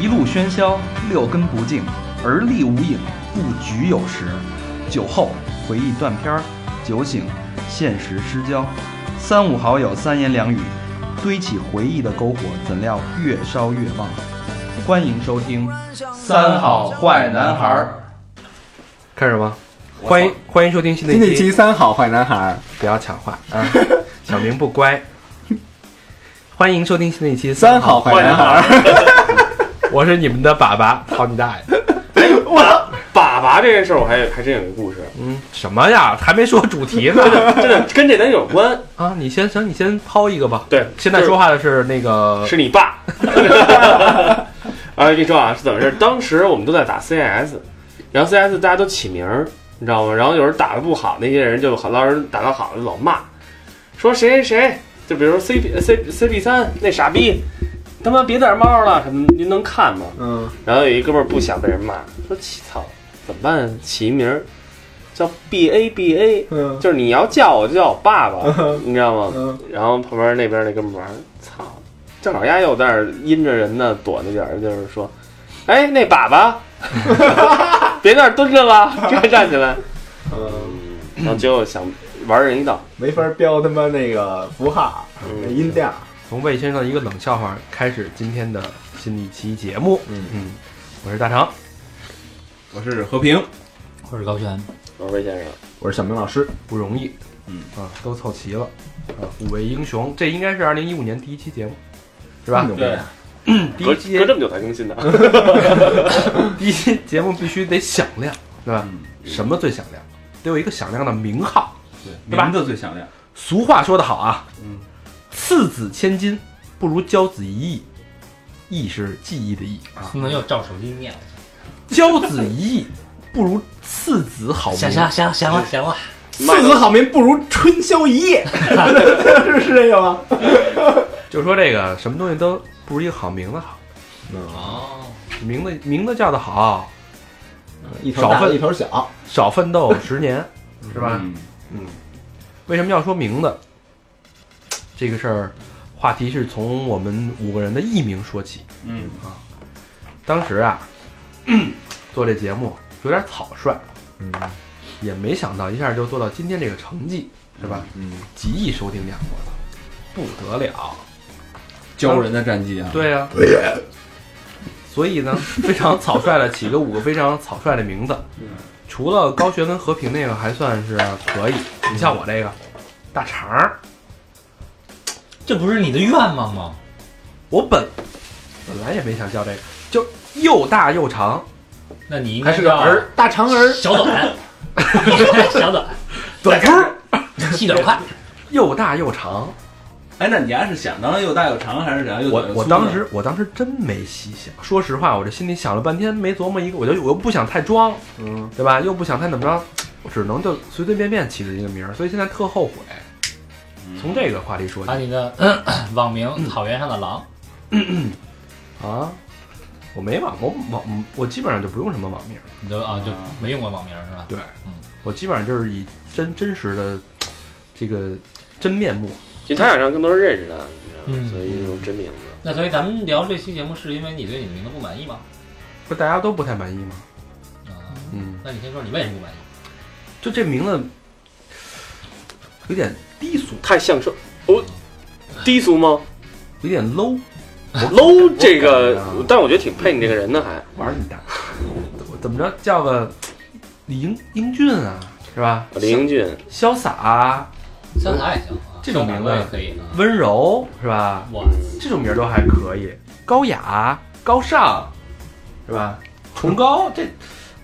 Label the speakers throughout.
Speaker 1: 一路喧嚣，六根不净，而立无影，不局有时。酒后回忆断片儿，酒醒现实失焦。三五好友三言两语，堆起回忆的篝火，怎料越烧越旺。欢迎收听《三好坏男孩儿》。
Speaker 2: 开始吗？欢迎欢迎收听新的
Speaker 3: 今
Speaker 2: 一
Speaker 3: 天期三好坏男孩，
Speaker 2: 不要抢话啊！ 小明不乖。欢迎收听新的一期
Speaker 3: 三好坏男孩，
Speaker 2: 我是你们的粑粑，操你大爷！
Speaker 4: 粑粑这件事儿，我还还真有一个故事，
Speaker 2: 嗯，什么呀？还没说主题呢
Speaker 4: 真的跟这咱有关。
Speaker 2: 啊！你先行，你先抛一个吧。
Speaker 4: 对，
Speaker 2: 现在说话的是那个
Speaker 4: 就是是你 爸。啊，跟你说啊，是怎么回事？当时我们都在打 CS，然后 CS 大家都起名儿，你知道吗？然后有人打的不好，那些人就很老人打的好就老骂，说谁谁谁，就比如 CP C CP 三那傻逼，他妈别戴帽了，什么您能看吗？
Speaker 3: 嗯，
Speaker 4: 然后有一哥们儿不想被人骂，说起操，怎么办？起一名儿叫 B A B A，
Speaker 3: 嗯
Speaker 4: 就是你要叫我就叫我爸爸，你知道吗？
Speaker 3: 嗯
Speaker 4: 然后旁边那边那哥们儿玩儿，操，正好丫又在那儿阴着人呢，躲那点儿，就是说，哎，那粑 粑，别在那儿蹲着 了，站站起来。
Speaker 3: 嗯，
Speaker 4: 然后结果想玩人一道，
Speaker 3: 没法标他妈那个符号、那
Speaker 4: 嗯，
Speaker 3: 音调，
Speaker 2: 从魏先生的一个冷笑话开始今天的新的一期节目。
Speaker 3: 嗯
Speaker 2: 嗯，我是大长。
Speaker 3: 我是和平，
Speaker 5: 我是高璇，
Speaker 4: 我说魏先生，
Speaker 3: 我是小明老师，
Speaker 2: 不容易，
Speaker 3: 嗯
Speaker 2: 啊，都凑齐了，啊，五位英雄，这应该是二零一五年第一期节目，是
Speaker 3: 嗯
Speaker 2: 吧？
Speaker 4: 对
Speaker 2: 第
Speaker 4: 隔
Speaker 2: 一
Speaker 4: 隔这
Speaker 2: 期
Speaker 4: 么久才更新的，
Speaker 2: 第一期节目必须 得响亮，对吧？什么最响亮？得有一个响亮的名号。对吧
Speaker 6: 名字最响亮。
Speaker 2: 俗话说得好啊，
Speaker 6: 嗯，
Speaker 2: 次子千金不如教子一亿，亿是记忆的亿啊，
Speaker 5: 不能又照手机念了。
Speaker 2: 教子一亿不如次子好
Speaker 5: 行
Speaker 2: 名。
Speaker 5: 行行行了行了，
Speaker 3: 四子好名不如春秋一 夜，是是这个吗？
Speaker 2: 就说这个什么东西都不如一个好名字好，嗯
Speaker 5: 哦，
Speaker 2: 名字名字叫得好，
Speaker 3: 一头
Speaker 2: 少
Speaker 3: 大
Speaker 2: 奋
Speaker 3: 一头小，
Speaker 2: 少奋斗十年，是吧？
Speaker 6: 嗯，
Speaker 2: 为什么要说名字？这个事儿，话题是从我们五个人的艺名说起。啊
Speaker 6: 嗯
Speaker 2: 当时啊， 做这节目有点草率，
Speaker 3: 嗯
Speaker 2: 也没想到一下就做到今天这个成绩，是吧？
Speaker 3: 嗯，
Speaker 2: 几亿收听量，我操，不得了！
Speaker 6: 骄人的战绩啊，，
Speaker 2: 对呀、所以呢， 非常草率的起个五个非常草率的名字，除了高璇跟和平那个还算是可以，你像我这个大肠儿，
Speaker 5: 这不是你的愿望吗？
Speaker 2: 我本本来也没想叫这个，就又大又长，
Speaker 5: 那你应
Speaker 2: 还
Speaker 5: 该
Speaker 2: 是个儿，
Speaker 3: 大长儿，
Speaker 5: 小 短，小短，
Speaker 2: 短粗，
Speaker 5: 细短快。
Speaker 2: 又大又长。
Speaker 6: 哎，那你丫是想当又大又长，还是想又短
Speaker 2: 我
Speaker 6: 又粗
Speaker 2: 我
Speaker 6: 的
Speaker 2: 当时我当时真没细想，说实话，我这心里想了半天没琢磨一个，我就我又不想太装，
Speaker 3: 嗯，
Speaker 2: 对吧？又不想太怎么着，我只能就随随便便起了一个名儿，所以现在特后悔。
Speaker 6: 嗯
Speaker 2: 从这个话题说
Speaker 6: 哎
Speaker 5: 把
Speaker 2: 起
Speaker 5: 你的 咳网名“草原上的狼
Speaker 2: 啊，我没网我网我基本上就不用什么网名儿，”，
Speaker 5: 你就啊就没用过网名是吧？
Speaker 2: 对
Speaker 5: 嗯，
Speaker 2: 我基本上就是以真真实的这个真面目
Speaker 4: 其实他想让更多人认识他，你知道吗？
Speaker 5: 嗯
Speaker 4: 所以用真名字。
Speaker 5: 那所以咱们聊这期节目是因为你对你的名字不满意吗？
Speaker 2: 不是大家都不太满意吗？
Speaker 5: 啊，
Speaker 2: 嗯，
Speaker 5: 那你先说你为什么不满意？
Speaker 2: 就这名字有点低俗，
Speaker 4: 太像说，哦，低俗吗
Speaker 2: 有点 low。
Speaker 4: ？low 这
Speaker 2: 我感
Speaker 4: 个
Speaker 2: 觉啊，
Speaker 4: 但我觉得挺配你这个人的，还
Speaker 2: 玩你大， 我怎么着叫个李英英俊啊，是吧？
Speaker 4: 李英俊，
Speaker 2: 潇洒啊，
Speaker 5: 潇洒也行啊，
Speaker 2: 这种名字
Speaker 5: 潇洒也可以啊。
Speaker 2: 温柔是吧？
Speaker 5: 我
Speaker 2: 这种名儿都还可以，高雅、高尚，是吧？崇高，这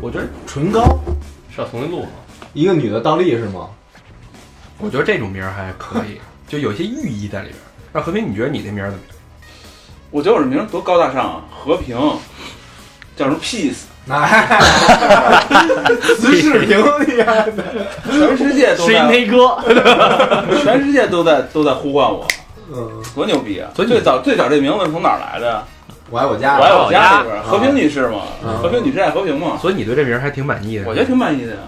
Speaker 2: 我觉得，
Speaker 3: 唇膏，
Speaker 4: 上同一路
Speaker 3: 一个女的倒立是吗？
Speaker 2: 我觉得这种名儿还可以，就有一些寓意在里边儿。那和平，你觉得你这名儿怎么样？
Speaker 6: 我觉得我这名儿多高大上啊，和平，叫什么 peace，
Speaker 3: 哎， 姿势平厉害的，
Speaker 6: 全世界都在，
Speaker 2: 黑哥，
Speaker 6: 全世界都在都在呼唤我，
Speaker 3: 嗯，
Speaker 6: 多牛逼啊！
Speaker 2: 所以你
Speaker 6: 最早最早这名字从哪儿来的呀？
Speaker 3: 我爱我
Speaker 6: 我
Speaker 3: 家，
Speaker 6: 爱我
Speaker 2: 我家
Speaker 6: 家里边儿，
Speaker 3: 啊
Speaker 6: 和平女士嘛，
Speaker 3: 嗯
Speaker 6: 和平女士爱和平嘛，
Speaker 2: 所以你对这名儿还挺满意的。
Speaker 6: 我觉得挺满意的呀，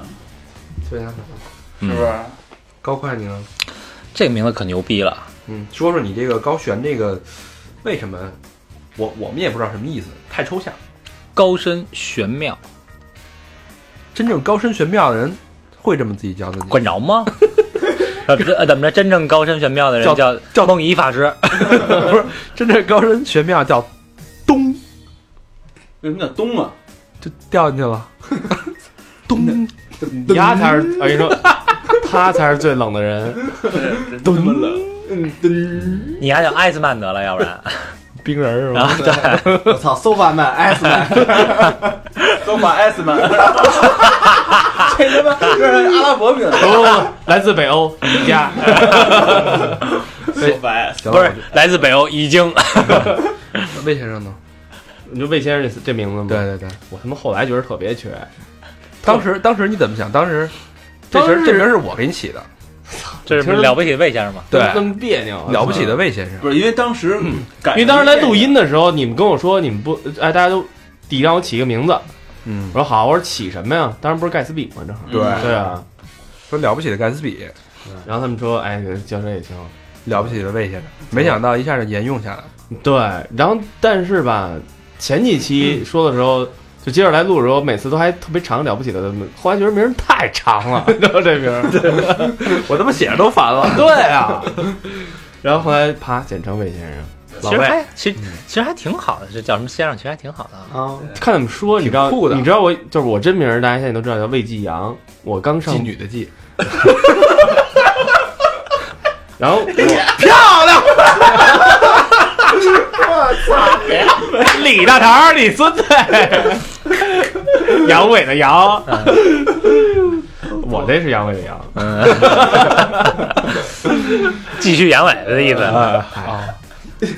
Speaker 2: 对啊，
Speaker 6: 是不是？
Speaker 2: 高快你呢？
Speaker 5: 这个名字可牛逼了，
Speaker 2: 嗯，说说你这个高璇这个为什么我我们也不知道什么意思，太抽象。
Speaker 5: 高深玄妙，
Speaker 2: 真正高深玄妙的人会这么自己叫自己，
Speaker 5: 管着吗？ 呃，不是呃怎么着？真正高深玄妙的人
Speaker 2: 叫
Speaker 5: 叫
Speaker 2: 叫
Speaker 5: 梦遗法师，
Speaker 2: 不是真正高深玄妙叫咚
Speaker 6: 为什么叫东啊？
Speaker 2: 就掉进去 了，咚
Speaker 4: 丫才是，哎我跟你 说，他才是最冷的人。
Speaker 6: 真他妈冷！
Speaker 5: 你还叫艾斯曼得了，要不 然
Speaker 2: 冰人是吧？
Speaker 5: 然后对
Speaker 3: 我操，sofa 曼 S 曼，
Speaker 6: 都把 S 们，这他妈这是阿拉伯名，
Speaker 4: 不不不， 来自北欧宜家，
Speaker 6: 说白
Speaker 2: 行
Speaker 5: 不
Speaker 2: 了
Speaker 5: 是来自北欧已经
Speaker 2: 我 魏先生呢？
Speaker 4: 你说魏先生这这名字吗？
Speaker 2: 对，对对，
Speaker 4: 我他妈后来觉得特别缺，
Speaker 2: 当时当时你怎么想？当时这
Speaker 4: 当
Speaker 2: 名
Speaker 4: 时
Speaker 2: 这名是我给你起的，
Speaker 5: 这是了不起的魏先生嘛？
Speaker 2: 对
Speaker 4: 那么别扭啊，
Speaker 2: 了不起的魏先生。
Speaker 6: 不是因为当时，因
Speaker 4: 因为当时来录音的时候，你们跟我说你们不哎，大家都得让我起个名字，
Speaker 2: 嗯
Speaker 4: 我，说好，我说起什么呀？当然不是盖茨比吗？正好
Speaker 6: 对
Speaker 2: 嗯
Speaker 4: 对啊，
Speaker 2: 说了不起的盖茨比，嗯
Speaker 4: 然后他们说哎，叫这也行，
Speaker 2: 了不起的魏先生，没想到一下就沿用下来了。
Speaker 4: 对，然后但是吧，前几期说的时候。就接着来录的时候，每次都还特别长，了不起的。后来觉得名儿太 长了，你知道这名儿。
Speaker 2: 我他妈写着都烦了。
Speaker 4: 对啊，然后后来啪，简称魏先生。
Speaker 5: 其实还其实其实还挺好的，这叫什么先生？其实还挺好的啊。
Speaker 3: 啊，
Speaker 4: 看怎么说，你知道
Speaker 2: 挺酷的，
Speaker 4: 你知道我就是我真名儿，大家现在都知道叫魏继阳。我刚上
Speaker 2: 妓，女的妓，
Speaker 4: 然后我
Speaker 7: 李大肠，你孙子，
Speaker 4: 阳痿的阳，
Speaker 2: 嗯
Speaker 4: 我这是阳痿的阳。
Speaker 5: 继续阳痿的意思啊、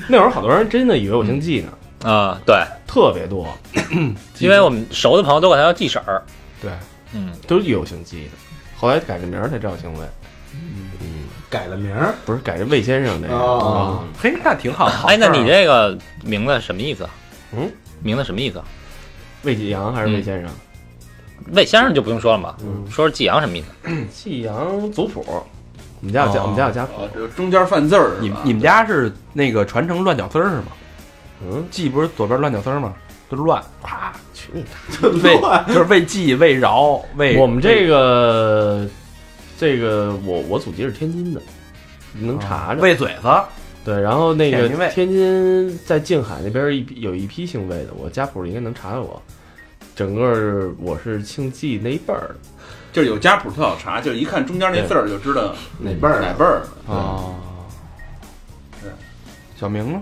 Speaker 4: 那会儿好多人真的以为我姓季呢，
Speaker 5: 啊对，
Speaker 4: 特别多，
Speaker 5: 因为我们熟的朋友都管他叫季婶儿，
Speaker 4: 对，
Speaker 5: 嗯，
Speaker 4: 都以为我姓季的。后来改个名儿才知道姓魏，
Speaker 3: 改了名 儿，
Speaker 4: 不是改成魏先生这个。
Speaker 3: 哦
Speaker 4: 嗯
Speaker 2: 嘿，啊那挺好。好
Speaker 5: 哎，那
Speaker 2: 事儿
Speaker 4: 啊
Speaker 5: 你这个名字什么意思？
Speaker 4: 嗯，
Speaker 5: 名字什么意思？
Speaker 4: 魏继阳还是魏先生？
Speaker 2: 哦
Speaker 5: 魏先生就不用说了嘛，
Speaker 4: 嗯
Speaker 5: 说是季阳什么意思？
Speaker 4: 季阳族谱，我们家有家，
Speaker 2: 哦
Speaker 4: 我们家有家谱。
Speaker 6: 哦，这中间犯字儿是吧，啊
Speaker 2: 你们你们家是那个传承乱脚丝儿是吗？
Speaker 4: 嗯，
Speaker 2: 季不是左边乱脚丝儿吗？就乱，
Speaker 4: 啪，去你大
Speaker 2: 魏
Speaker 3: 啊
Speaker 2: 就是魏季、魏饶、魏。
Speaker 4: 我们这个这个我我祖籍是天津的，你能查着。
Speaker 2: 魏嘴子，
Speaker 4: 对，然后那个
Speaker 2: 嗯天津卫
Speaker 4: 天津在静海那边儿一批有一批姓魏的，我家谱应该能查到我。整个儿我是姓季那一辈儿的
Speaker 6: 就是有家谱特好查，就是一看中间那字儿就知道
Speaker 3: 哪辈儿
Speaker 6: 哪
Speaker 3: 的？
Speaker 6: 辈儿。
Speaker 4: 哦，
Speaker 2: 小明呢？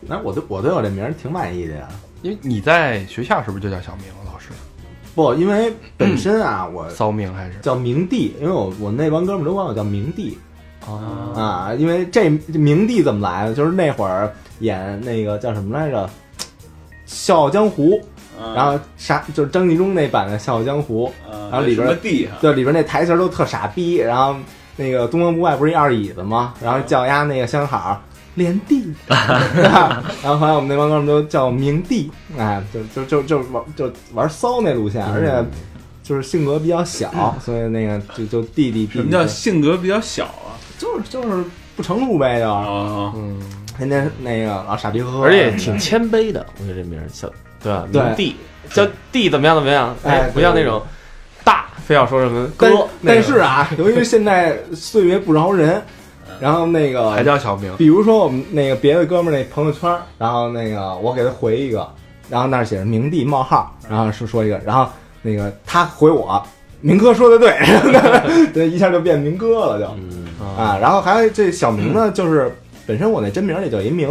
Speaker 3: 那哎我对我对我这名儿挺满意的呀。
Speaker 2: 因为你在学校是不是就叫小明老师？
Speaker 3: 不，因为本身啊，
Speaker 6: 呃
Speaker 3: 我
Speaker 2: 骚明还是？
Speaker 3: 叫明帝，因为我我那帮哥们儿都管我叫明帝啊，因为这明帝怎么来的？就是那会儿演那个叫什么来着，《笑傲江湖》，
Speaker 6: 嗯
Speaker 3: 然后啥就是张纪中那版的《笑傲江湖》，
Speaker 6: 嗯
Speaker 3: 然后里边
Speaker 6: 什么地啊，
Speaker 3: 对，里边那台词儿都特傻逼。然后那个东方不败不是一二椅子吗？然后叫丫那个相好连帝，然后后来我们那帮哥们儿都叫明帝，哎，就就就就玩就玩骚那路线，而且就是性格比较小，所以那个就就弟弟弟
Speaker 6: 什么
Speaker 3: 弟
Speaker 6: 叫性格比较小啊？
Speaker 3: 就是就是不成熟呗，就嗯
Speaker 6: 哦，
Speaker 3: 天天那个老傻逼呵呵，
Speaker 4: 而且挺谦卑的，我觉得这名儿小，对吧？
Speaker 3: 哦对
Speaker 4: 名弟叫弟怎么样怎么样？
Speaker 3: 哎
Speaker 4: 哎，
Speaker 3: 对
Speaker 4: 不像那种大非要说什么哥
Speaker 3: 但，
Speaker 4: 那
Speaker 3: 但
Speaker 4: 个
Speaker 3: 是啊，由于现在岁月不饶人，然后那个
Speaker 2: 还叫小明？
Speaker 3: 比如说我们那个别的哥们儿那朋友圈儿，然后那个我给他回一个，然后那儿写着明帝冒号，然后是说一个，然后那个他回我，明哥说的对， 对，一下就变明哥了就
Speaker 4: 嗯，
Speaker 3: 啊。然后还有这小明呢，就是本身我那真名儿里叫一明，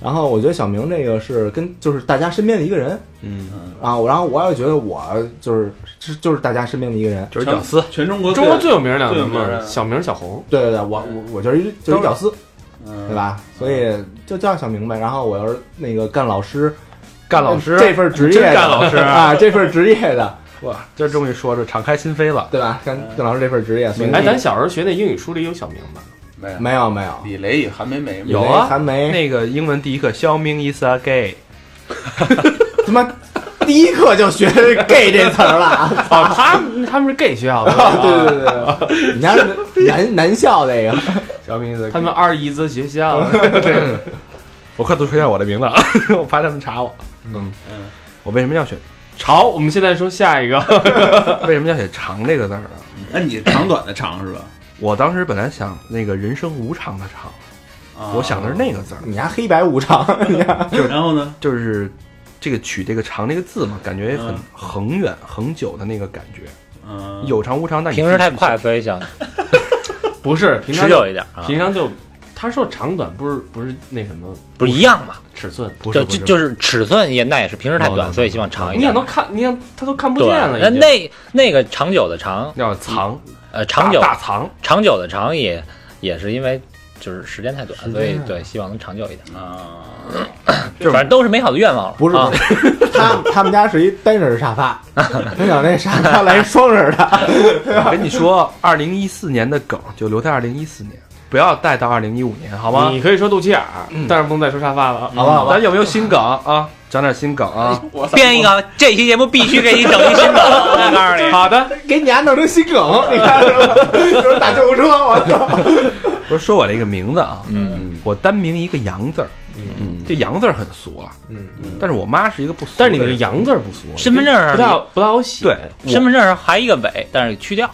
Speaker 3: 然后我觉得小明这个是跟就是大家身边的一个人
Speaker 6: 嗯，
Speaker 3: 啊，然后我也觉得我就是是就是大家身边的一个人，
Speaker 2: 就是屌丝。
Speaker 6: 全中国
Speaker 4: 中国最有名儿两
Speaker 6: 最
Speaker 4: 个
Speaker 6: 有名儿
Speaker 4: 嘛，
Speaker 6: 的
Speaker 4: 小明儿小红，
Speaker 3: 对对对，我我我就是一就是一屌丝，对
Speaker 6: 对？
Speaker 3: 吧？所以就叫小明呗。然后我要是那个干老师。
Speaker 2: 干老师，
Speaker 3: 这份职业的
Speaker 2: 真干老师
Speaker 3: 啊，这份职业的，
Speaker 2: 哇，今儿终于说是敞开心扉了。
Speaker 3: 对吧？干干老师这份职业，所以
Speaker 4: 哎，咱小时候学那英语书里有小明吧？
Speaker 6: 没有，
Speaker 3: 没有没有，
Speaker 6: 李雷与韩梅梅嘛
Speaker 2: 哎有啊
Speaker 3: 韩梅
Speaker 2: 那个英文第一课，肖明 is a gay，
Speaker 3: 他妈第一课就学 gay 这词儿了，啊
Speaker 4: 哦，他们他们是 gay 学校的，
Speaker 2: 啊
Speaker 3: 对对对对，你家是男男校那个，
Speaker 2: 肖明 is a gay。
Speaker 4: 他们二姨子学校。
Speaker 2: 我快速推荐我的名字啊， 我怕他们查我。嗯
Speaker 6: 嗯，
Speaker 2: 我为什么要选？
Speaker 8: 好，我们现在说下一个，
Speaker 2: 为什么要写“长”这个字儿啊？
Speaker 6: 那哎你长短的长是吧？
Speaker 2: 我当时本来想那个人生无常的“常”，
Speaker 6: 啊
Speaker 2: 我想的是那个字儿，
Speaker 3: 你家黑白无常，你家
Speaker 6: 然后呢？
Speaker 2: 就是这个取这个“长”这个字嘛，感觉很
Speaker 6: 嗯
Speaker 2: 恒远恒久的那个感觉，
Speaker 6: 嗯，
Speaker 2: 有长无长。但你
Speaker 5: 平时太快，所以想
Speaker 8: 不是平常
Speaker 5: 持久一点啊，
Speaker 8: 平常就他说长短不是不是那什么
Speaker 5: 不是一样嘛？
Speaker 8: 尺寸，
Speaker 2: 不是
Speaker 5: 就
Speaker 2: 不是
Speaker 5: 就就是尺寸也那也是平时太
Speaker 2: No, no,
Speaker 5: 短，
Speaker 2: no.
Speaker 5: 所以希望长一
Speaker 8: 你想
Speaker 5: 点。
Speaker 8: 都看，你想他都看不
Speaker 5: 对
Speaker 8: 见了，，
Speaker 5: 那
Speaker 8: 已经
Speaker 5: 那那个长久的长，
Speaker 2: 要藏
Speaker 5: 呃，长久
Speaker 2: 大大藏，
Speaker 5: 长久的长也也是因为就是时间太短，
Speaker 3: 间
Speaker 5: 所以
Speaker 3: 啊
Speaker 5: 对希望能长久一点。
Speaker 6: 啊，
Speaker 5: 就反正都是美好的愿望了。
Speaker 3: 不是
Speaker 5: 啊
Speaker 3: 不，是， 他他们家是一单人沙发，他想那沙发
Speaker 2: 哎
Speaker 3: 来一双人的，
Speaker 2: 我跟你说，二零一四年的梗就留在二零一四年，不要带到二零一五年，好吗？
Speaker 8: 你可以说肚脐眼儿
Speaker 2: 嗯，
Speaker 8: 但是不能再说沙发了啊。
Speaker 3: 好吧好吧
Speaker 2: 咱，有没有新梗啊？讲点新梗 啊！
Speaker 5: 编一个，这期节目必须给你整一新的。我告诉你，
Speaker 8: 好的，
Speaker 2: 哎
Speaker 3: 给你家弄成新梗，你看是吧？ 就是打救护车，我操！
Speaker 2: 不是说我这个名字啊，
Speaker 5: 嗯，
Speaker 2: 我单名一个杨字儿，嗯，这杨字儿很俗啊，
Speaker 3: 嗯，
Speaker 2: 但是我妈是一个不俗的
Speaker 8: 但
Speaker 2: 人，
Speaker 8: 是你那个洋字儿不俗，
Speaker 5: 身份证
Speaker 8: 不
Speaker 5: 上
Speaker 8: 太好不太好写。
Speaker 2: 对，
Speaker 5: 身份证上还一个尾，但是去掉。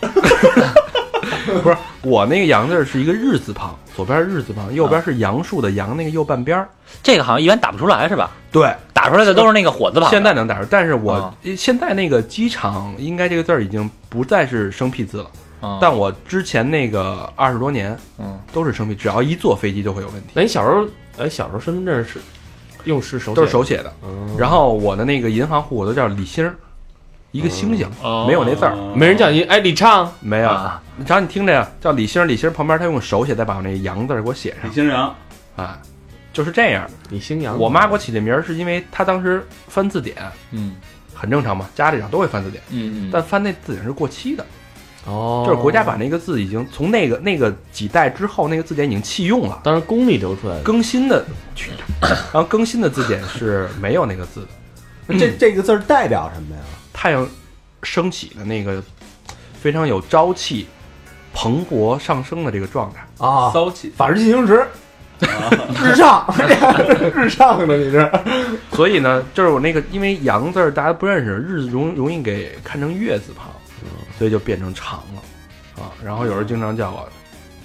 Speaker 2: 我不是我那个杨字儿是一个日字旁，左边是日字
Speaker 5: 啊
Speaker 2: 旁，右边是杨树的杨那个右半边儿。
Speaker 5: 这个好像一般打不出来是吧？
Speaker 2: 对，
Speaker 5: 打出来的都是那个火字旁。
Speaker 2: 现在能打出，但是我
Speaker 5: 啊
Speaker 2: 现在那个机场应该这个字儿已经不再是生僻字了，
Speaker 5: 嗯
Speaker 2: 但我之前那个二十多年
Speaker 5: 嗯，
Speaker 2: 都是生僻，只要一坐飞机就会有问题，
Speaker 8: 那你小时候，哎，小时候身份证是用是手写的
Speaker 2: 都是手，写的。
Speaker 8: 嗯
Speaker 2: 然后我的那个银行户我都叫李星儿，一个星星，
Speaker 5: 哦
Speaker 2: 没有那字儿，
Speaker 8: 没人叫你哎李畅，
Speaker 2: 没有
Speaker 5: 啊。
Speaker 2: 然后你听着呀，叫李星儿，李星儿旁边他用手写，再把我那个杨字儿给我写
Speaker 6: 李
Speaker 2: 上
Speaker 6: 星阳，
Speaker 2: 啊，就是这样。
Speaker 8: 李星阳。
Speaker 2: 我妈给我起这名儿是因为她当时翻字典，
Speaker 5: 嗯
Speaker 2: 很正常嘛，家里长都会翻字典，
Speaker 5: 嗯嗯，
Speaker 2: 但翻那字典是过期的，
Speaker 8: 哦，
Speaker 2: 就是国家把那个字已经从那个那个几代之后，那个字典已经弃用了。
Speaker 8: 当时宫里流出来的。
Speaker 2: 更新的去，然后更新的字典是没有那个字的。
Speaker 3: 这这个字儿代表什么呀？
Speaker 2: 太阳升起的那个非常有朝气、蓬勃上升的这个状态。
Speaker 3: 啊，
Speaker 6: 骚气，
Speaker 3: 法制进行时，日上，日上的你这
Speaker 2: 所以呢，就是我那个因为“阳”字儿大家不认识，日字容容易给看成月字旁，所以就变成长了啊。然后有人经常叫我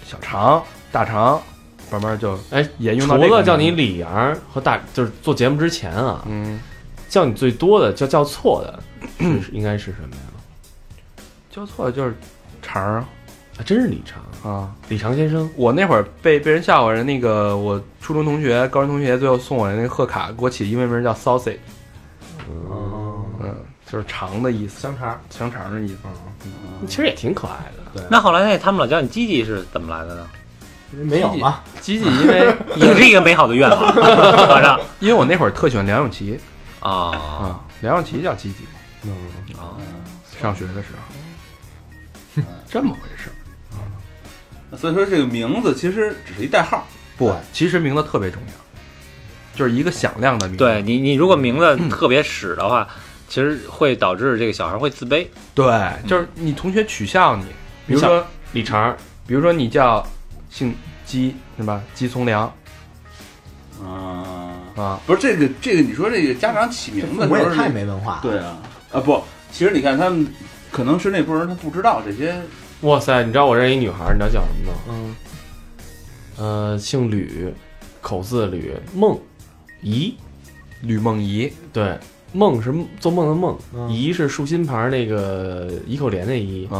Speaker 2: 小长、大长，慢慢就
Speaker 8: 哎
Speaker 2: 沿用
Speaker 8: 除
Speaker 2: 到这个
Speaker 8: 了叫你
Speaker 2: 名字，
Speaker 8: 李阳和大，就是做节目之前啊，
Speaker 2: 嗯，
Speaker 8: 叫你最多的叫叫错的，是应该是什么呀？
Speaker 2: 叫错了就是长儿
Speaker 8: 还真是李畅，
Speaker 2: 啊。
Speaker 8: 李畅先生。
Speaker 2: 我那会儿被被人笑话，人那个我初中同学、高中同学最后送我的那个贺卡，给我起的英文名叫 sausage，嗯，就是肠的意思，
Speaker 3: 香肠，
Speaker 2: 香肠的意思。
Speaker 8: 其实也挺可爱的。
Speaker 5: 那后来那他们老叫你鸡鸡是怎么来的呢？
Speaker 3: 没有吗？
Speaker 2: 吉吉，因为
Speaker 5: 也是一个美好的愿望，反正
Speaker 2: 因为我那会儿特喜欢梁咏琪
Speaker 5: 啊，
Speaker 2: 啊，梁咏琪叫吉吉。
Speaker 5: 嗯
Speaker 2: 上学的时候， 这么回事儿。
Speaker 6: 所以说这个名字其实只是一代号，
Speaker 2: 不，其实名字特别重要，就是一个响亮的名字。
Speaker 5: 对你你如果名字特别屎的话，其实会导致这个小孩会自卑。
Speaker 2: 对，就是你同学取笑你，比如
Speaker 8: 你想
Speaker 2: 说，
Speaker 8: 李畅，
Speaker 2: 比如说你叫姓姬是吧？姬从良
Speaker 6: 啊，
Speaker 2: 啊，
Speaker 6: 不是这个这个，你说这个家长起名字
Speaker 3: 父母
Speaker 6: 的时
Speaker 3: 也
Speaker 6: 候
Speaker 3: 太
Speaker 6: 是，
Speaker 3: 没文化了。
Speaker 6: 对啊，啊不，其实你看他们，可能是那波人他不知道这些，
Speaker 8: 哇塞！你知道我认识一女孩儿，你知道叫什么吗？
Speaker 3: 嗯，
Speaker 8: 呃，姓吕，口字吕，梦怡，
Speaker 2: 吕梦怡，
Speaker 8: 对，梦是做梦的梦，
Speaker 3: 嗯
Speaker 8: 怡、是竖心旁那个怡口莲的怡。
Speaker 2: 啊，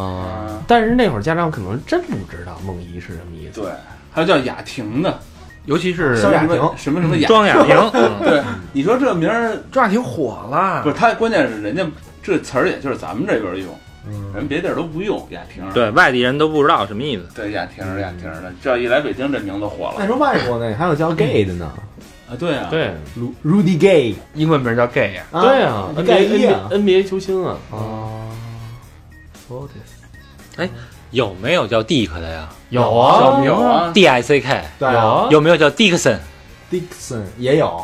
Speaker 6: 啊，
Speaker 8: 但是那会儿家长可能真不知道梦怡是什么意思。
Speaker 6: 对，还有叫雅婷的，
Speaker 2: 尤其是
Speaker 8: 哦
Speaker 3: 萧亚
Speaker 6: 什么
Speaker 3: 婷嗯
Speaker 6: 什么什么雅，
Speaker 5: 庄雅婷，
Speaker 6: 对，你说这名儿
Speaker 2: 这挺火了
Speaker 6: 不是，他关键是人家这词儿也就是咱们这边儿用，
Speaker 3: 嗯
Speaker 6: 人别地儿都不用雅婷儿。
Speaker 5: 对外地人都不知道什么意思。
Speaker 6: 对，雅婷儿雅婷儿的，这一来北京这名字火
Speaker 3: 那
Speaker 6: 了
Speaker 3: 说外国呢，还有叫 gay 的呢
Speaker 6: 啊！对啊，
Speaker 8: 对
Speaker 3: ，Rudy Gay，
Speaker 2: 英文名叫 gay 呀、
Speaker 3: 啊
Speaker 8: 对啊
Speaker 3: ，Rudy Gay 一
Speaker 8: ，NBA
Speaker 3: 啊
Speaker 8: NBA 球星啊，
Speaker 3: 啊，
Speaker 5: 有没有叫 Dick 的呀
Speaker 8: 有
Speaker 6: 小
Speaker 8: 啊，
Speaker 6: 明啊，
Speaker 5: ？D I C K
Speaker 3: 对啊
Speaker 5: 有没有叫 Dickson？
Speaker 3: ，Dixon 也有，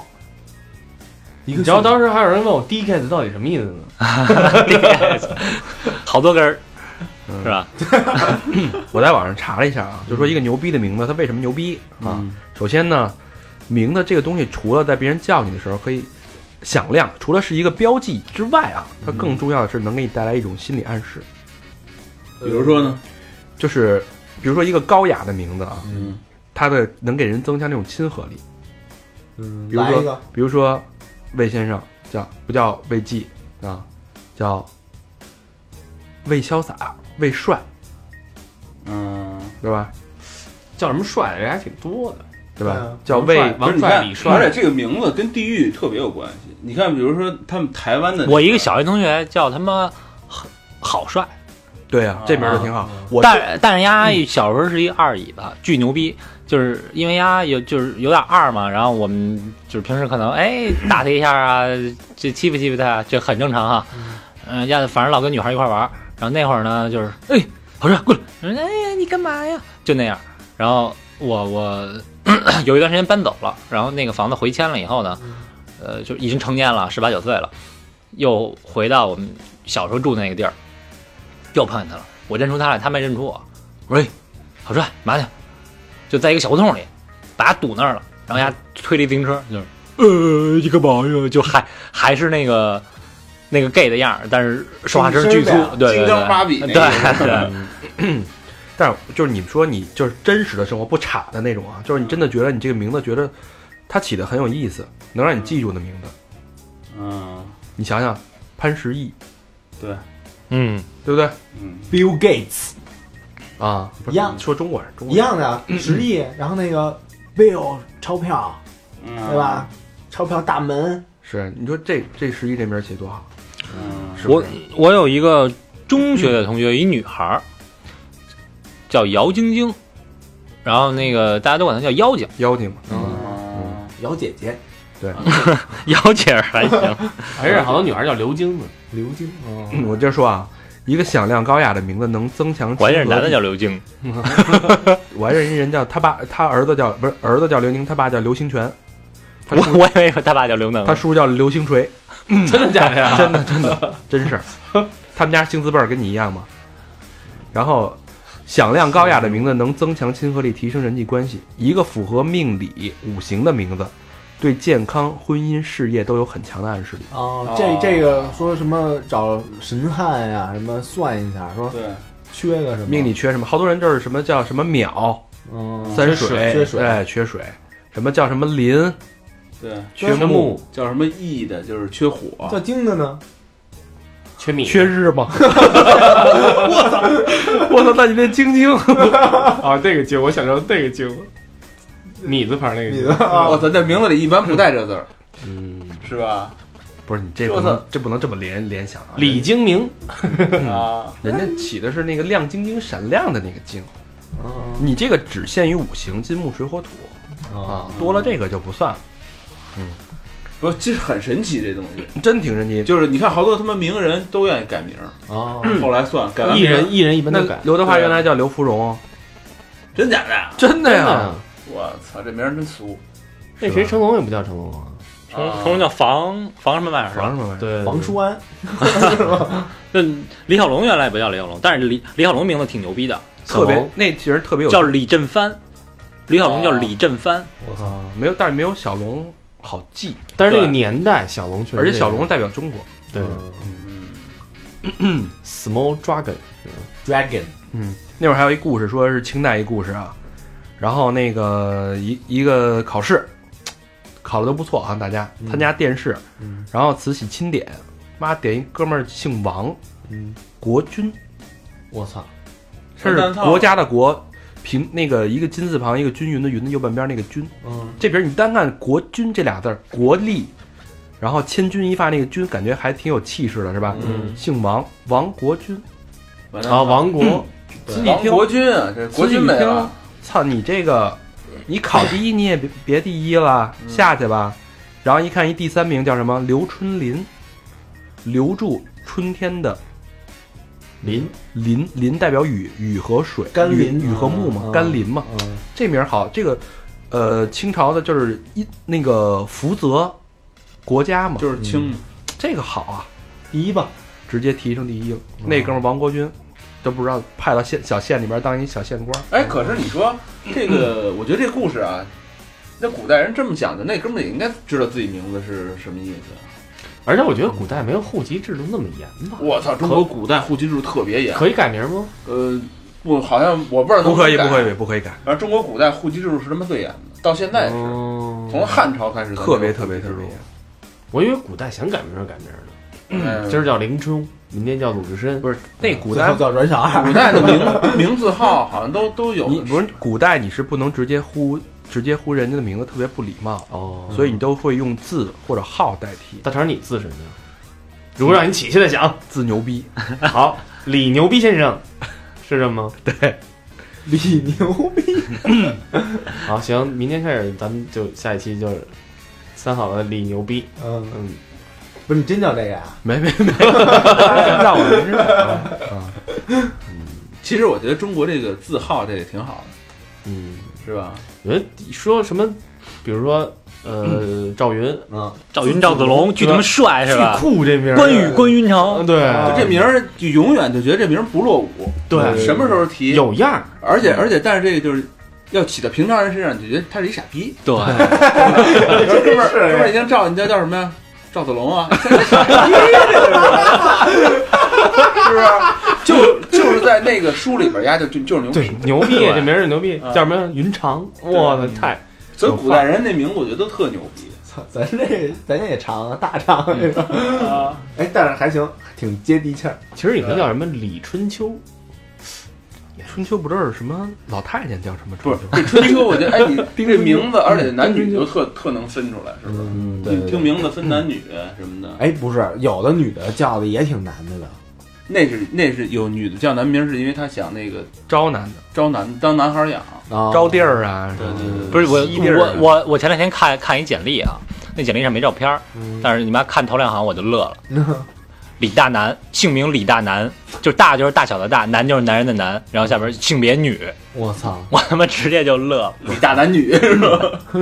Speaker 3: 一
Speaker 8: 你
Speaker 3: 个
Speaker 8: 知道当时还有人问我 DK 字到底什么意思呢？
Speaker 5: 好多根儿，是吧？
Speaker 8: 嗯
Speaker 2: 我在网上查了一下啊，就说一个牛逼的名字，它为什么牛逼啊？首先呢，名字这个东西，除了在别人叫你的时候可以响亮，除了是一个标记之外啊，它更重要的是能给你带来一种心理暗示，
Speaker 6: 比如说呢？
Speaker 2: 就是比如说一个高雅的名字啊，
Speaker 6: 嗯，
Speaker 2: 它的能给人增加那种亲和力。
Speaker 3: 嗯，
Speaker 2: 比如
Speaker 3: 来一
Speaker 2: 说
Speaker 3: 个，
Speaker 2: 比如说魏先生叫不叫魏记啊，叫魏潇洒、魏帅，
Speaker 6: 嗯，
Speaker 2: 对吧？
Speaker 5: 叫什么帅，人还挺多的。
Speaker 2: 对吧？
Speaker 3: 对啊
Speaker 2: 叫魏
Speaker 6: 不是
Speaker 5: 王
Speaker 6: 你
Speaker 5: 帅、
Speaker 6: 看
Speaker 5: 李，帅。
Speaker 6: 而且这个名字跟地域特别有关系。你看，比如说他们台湾的，
Speaker 5: 我一个小学同学叫他妈好好帅，
Speaker 2: 对啊，这名儿就挺好。我
Speaker 5: 但但是丫小时候是一二椅子，巨牛逼，就是因为丫有就是有点二嘛，然后我们就是平时可能哎打他一下啊，这欺负欺负他啊，这很正常哈、嗯、丫的反正老跟女孩一块玩儿，然后那会儿呢就是哎好帅过来，人家哎呀你干嘛呀？就那样。然后我我 有一段时间搬走了，然后那个房子回迁了以后呢，呃就已经成年了，十八九岁了，又回到我们小时候住那个地儿，又碰见他了。我认出他来，他没认出我。我说：“哎，好帅，嘛去？”就在一个小胡同里，把他堵那儿了。然后人家推了一自行车，就是呃，你干嘛呀？就还还是那个那个 gay 的样儿，但是说话声巨粗
Speaker 3: 精神，
Speaker 5: 啊对对
Speaker 6: 金刚芭比
Speaker 5: 对，
Speaker 6: 那
Speaker 5: 对
Speaker 6: 个
Speaker 5: 对，
Speaker 2: 但是就是你说你就是真实的生活不差的那种啊，就是你真的觉得你这个名字觉得它起的很有意思，能让你记住的名字。
Speaker 6: 嗯，
Speaker 2: 你想想，潘石屹，
Speaker 5: 嗯，
Speaker 2: 对不对？
Speaker 6: 嗯
Speaker 3: Bill Gates
Speaker 2: 啊，不是
Speaker 3: 一样
Speaker 2: 说中国人，中
Speaker 3: 一
Speaker 2: 国人
Speaker 3: 样的实力，然后那个 Bill 钞票，
Speaker 6: 嗯，
Speaker 3: 对吧？？钞票大门，
Speaker 2: 是你说这这石屹这名儿起多好，
Speaker 6: 嗯，
Speaker 2: 是不
Speaker 5: 我
Speaker 2: 是？
Speaker 5: 我有一个中学的同学，一女 孩儿叫姚晶晶，然后那个大家都管她叫妖精，
Speaker 2: 妖精嘛，
Speaker 6: 嗯
Speaker 3: 姚姐姐，
Speaker 5: 姚姐儿还行，
Speaker 8: 还是好多女孩叫刘晶呢。
Speaker 3: 刘晶，哦
Speaker 2: 嗯 我接着说啊，一个响亮高雅的名字能增强。
Speaker 5: 我还认识男的叫，刘晶，
Speaker 2: 我还认识一人叫他爸，他儿子叫不是儿子叫刘宁，他爸叫刘兴全，他
Speaker 5: 我
Speaker 2: 叔
Speaker 5: 我以为他爸叫刘能，
Speaker 2: 他叔叫刘兴 锤，
Speaker 8: 真的假的呀？
Speaker 5: 啊
Speaker 2: 真的真的真是，他们家姓字辈儿跟你一样吗？然后，响亮高雅的名字能增强亲和力，提升人际关系。一个符合命理五行的名字，对健康、婚姻、事业都有很强的暗示力。
Speaker 3: 哦
Speaker 6: 哦，
Speaker 3: 这这个说什么找神汉呀，什么算一下，说
Speaker 6: 对，
Speaker 3: 缺个什么
Speaker 2: 命里，缺什么？好多人就是什么叫什么淼
Speaker 3: 嗯，
Speaker 2: 三
Speaker 3: 缺
Speaker 2: 水，
Speaker 3: 缺水，
Speaker 2: 哎，缺水。什么叫什么林
Speaker 6: 对，
Speaker 2: 缺
Speaker 6: 缺
Speaker 2: 木
Speaker 6: 叫什么义的，就是缺火，
Speaker 3: 叫精的呢，
Speaker 8: 缺米，
Speaker 2: 缺日吗？ 我操！我操！那你那晶晶
Speaker 8: 啊，那个精，我想到那个精，米字旁那个
Speaker 3: 你
Speaker 8: 精
Speaker 3: 的。啊
Speaker 6: 我操，这名字里一般不带这字儿，
Speaker 2: 嗯，
Speaker 6: 是吧？
Speaker 2: 不是你这
Speaker 6: 我
Speaker 2: 不
Speaker 6: 操
Speaker 2: 能这不能这么联联想啊！
Speaker 8: 李精 明，
Speaker 6: 啊，
Speaker 2: 人家起的是那个亮晶晶、闪亮的那个晶，
Speaker 3: 嗯
Speaker 2: 你这个只限于五行金木水火土啊，多了这个就不算了。
Speaker 6: 不，其实很神奇这东西，
Speaker 2: 真挺神奇，
Speaker 6: 就是你看好多他妈名人都愿意改名儿，
Speaker 3: 哦，
Speaker 6: 后来算改
Speaker 4: 啊
Speaker 6: 完
Speaker 8: 艺
Speaker 6: 名儿
Speaker 8: 人艺人一般
Speaker 2: 那
Speaker 8: 都改。
Speaker 2: 刘德华原来叫刘芙蓉，
Speaker 6: 真假的呀？
Speaker 2: 啊真的
Speaker 4: 啊
Speaker 2: 啊呀，
Speaker 8: 啊
Speaker 6: 我操，这名儿真俗，
Speaker 8: 那谁成龙也不叫成龙啊？
Speaker 5: 成成龙叫房房什么玩意儿是吧
Speaker 2: 什？么玩意儿？
Speaker 8: 对，
Speaker 3: 王舒安，
Speaker 5: 那李小龙原来不叫李小龙，但是李李小龙名字挺牛逼的，
Speaker 2: 特
Speaker 8: 小
Speaker 2: 别
Speaker 8: 龙
Speaker 2: 那其实特别有
Speaker 5: 叫李振藩。李小龙叫李振藩，
Speaker 2: 我操，
Speaker 8: 啊
Speaker 2: 没有，但是没有小龙好记，
Speaker 8: 但是那个年代，小龙确实，
Speaker 2: 而且小龙嗯代表中国，
Speaker 8: 对
Speaker 6: 嗯，
Speaker 8: Small Dragon，
Speaker 3: Dragon，
Speaker 2: 嗯，那会儿还有一故事，说是清代一故事啊，然后那个一一个考试，考的都不错啊，大家参加殿试，
Speaker 3: 嗯
Speaker 2: 然后慈禧钦点，妈点一哥们儿姓王，
Speaker 3: 嗯，
Speaker 2: 国君，
Speaker 3: 我操，
Speaker 2: 这是国家的国，平那个一个金字旁一个均匀的匀的右半边那个均，
Speaker 3: 嗯，
Speaker 2: 这边你单看国君这俩字儿，国力，然后千钧一发那个钧，感觉还挺有气势的是吧？
Speaker 8: 嗯
Speaker 2: 姓王，王国君，
Speaker 6: 完蛋
Speaker 8: 啊，
Speaker 6: 了
Speaker 8: 王 国，
Speaker 2: 自己
Speaker 6: 王
Speaker 2: 听
Speaker 6: 国军啊，这国军没了，
Speaker 2: 操你这个，你考第一你也别别第一了，下去吧。然后一看一第三名叫什么刘春林，留住春天的
Speaker 8: 林
Speaker 2: 林，林代表雨雨和水，
Speaker 3: 甘
Speaker 2: 雨
Speaker 3: 霖
Speaker 2: 雨和木嘛，
Speaker 3: 嗯
Speaker 2: 甘霖嘛，
Speaker 3: 嗯，
Speaker 2: 这名儿好。这个呃，清朝的就是一那个福泽国家嘛，
Speaker 6: 就是清
Speaker 2: 这个好啊，
Speaker 3: 第一吧，
Speaker 2: 直接提升第一了。那哥们儿王国军都不知道派到县小县里边当一小县官儿，
Speaker 6: 哎，可是你说这个，我觉得这故事啊，那古代人这么想的，那哥们儿也应该知道自己名字是什么意思。啊
Speaker 4: 而且我觉得古代没有户籍制度那么严吧？
Speaker 6: 我操，中国古代户籍制度特别严。
Speaker 4: 可以改名吗？
Speaker 6: 呃，不，好像我不知道能
Speaker 2: 不可以，
Speaker 6: 改
Speaker 2: 不可以，不可以改，
Speaker 6: 反正中国古代户籍制度是他妈最严的，到现在也是，
Speaker 4: 哦
Speaker 6: 从汉朝开始
Speaker 2: 嗯特别特别特别严。
Speaker 4: 我以为古代想改名就改名呢，
Speaker 2: 嗯
Speaker 6: 别
Speaker 4: 今儿叫林冲，明天叫鲁智深。
Speaker 2: 不是那古
Speaker 3: 嗯最
Speaker 2: 代
Speaker 3: 后，叫阮小二，
Speaker 6: 古代的名名字号好像都都有。
Speaker 2: 你不是古代，你是不能直接呼直接呼人家的名字，特别不礼貌，
Speaker 4: 哦，
Speaker 2: 所以你都会用字或者号代替。
Speaker 4: 大成你字什么呀？如果让你起，现在 想，
Speaker 2: 字牛逼，
Speaker 4: 好，李牛逼先生是这么吗？
Speaker 3: 李牛逼，
Speaker 4: 好，行，明天开始咱们就下一期就是三好的李牛逼，
Speaker 3: 嗯，
Speaker 4: 嗯，
Speaker 3: 不是你真叫这个呀？
Speaker 2: 没没没，那我没事啊。
Speaker 6: 其实我觉得中国这个字号这也挺好
Speaker 4: 嗯，
Speaker 6: 的，是吧？
Speaker 4: 有人说什么，比如说呃，赵云，
Speaker 3: 嗯，
Speaker 5: 赵云、赵子龙，巨他妈帅是吧？
Speaker 4: 酷这名儿
Speaker 5: 关羽、关云长，
Speaker 4: 嗯对
Speaker 6: 就这名儿就永远就觉得这名儿不落伍，
Speaker 4: 对
Speaker 6: 什么时候提，
Speaker 4: 有样儿，
Speaker 6: 而且而且但是这个就是。要起到平常人身上，你就觉得他是一傻逼。
Speaker 5: 对，
Speaker 6: 你说哥们儿，哥们儿已经赵，你叫叫什么呀？赵子龙啊，现在是傻逼，这是不是？就是就是在那个书里边，丫就就就是牛
Speaker 4: 对
Speaker 6: 逼。，
Speaker 4: 牛逼，
Speaker 6: 对
Speaker 4: 这名儿就牛逼，
Speaker 6: 啊
Speaker 4: 叫什么云长，我的太
Speaker 6: 所以古代人那名字我觉得都特牛逼。
Speaker 3: 操，咱这咱这也长啊，大长那个，哎，但是还行，挺接地气儿。
Speaker 4: 其实你看叫什么李春秋，
Speaker 2: 春秋不知道是什么老太监叫什么
Speaker 6: 不
Speaker 2: 春
Speaker 6: 是
Speaker 2: 秋？
Speaker 6: 这春秋，我觉得哎，你这名字，而且男女就特特能分出来，是不是？
Speaker 4: 嗯，
Speaker 6: 你听名字分男女什么的，
Speaker 3: 哎，不是，有的女的叫的也挺难的的，
Speaker 6: 那是那是有女的叫男名，是因为她想那个
Speaker 2: 招男的，
Speaker 6: 招男当男孩儿养。
Speaker 3: 啊
Speaker 2: 招弟儿啊，
Speaker 6: 对对
Speaker 3: 嗯
Speaker 6: 对，
Speaker 5: 不是我
Speaker 2: 西地儿
Speaker 5: 我我我前两天看看一简历啊，那简历上没照片儿，
Speaker 3: 嗯
Speaker 5: 但是你妈看头两行我就乐了。李大男，姓名李大男，就是大就是大小的大，男就是男人的男，然后下边性别女，
Speaker 3: 我操，
Speaker 5: 我他妈直接就乐了。
Speaker 6: 是大男女是吧？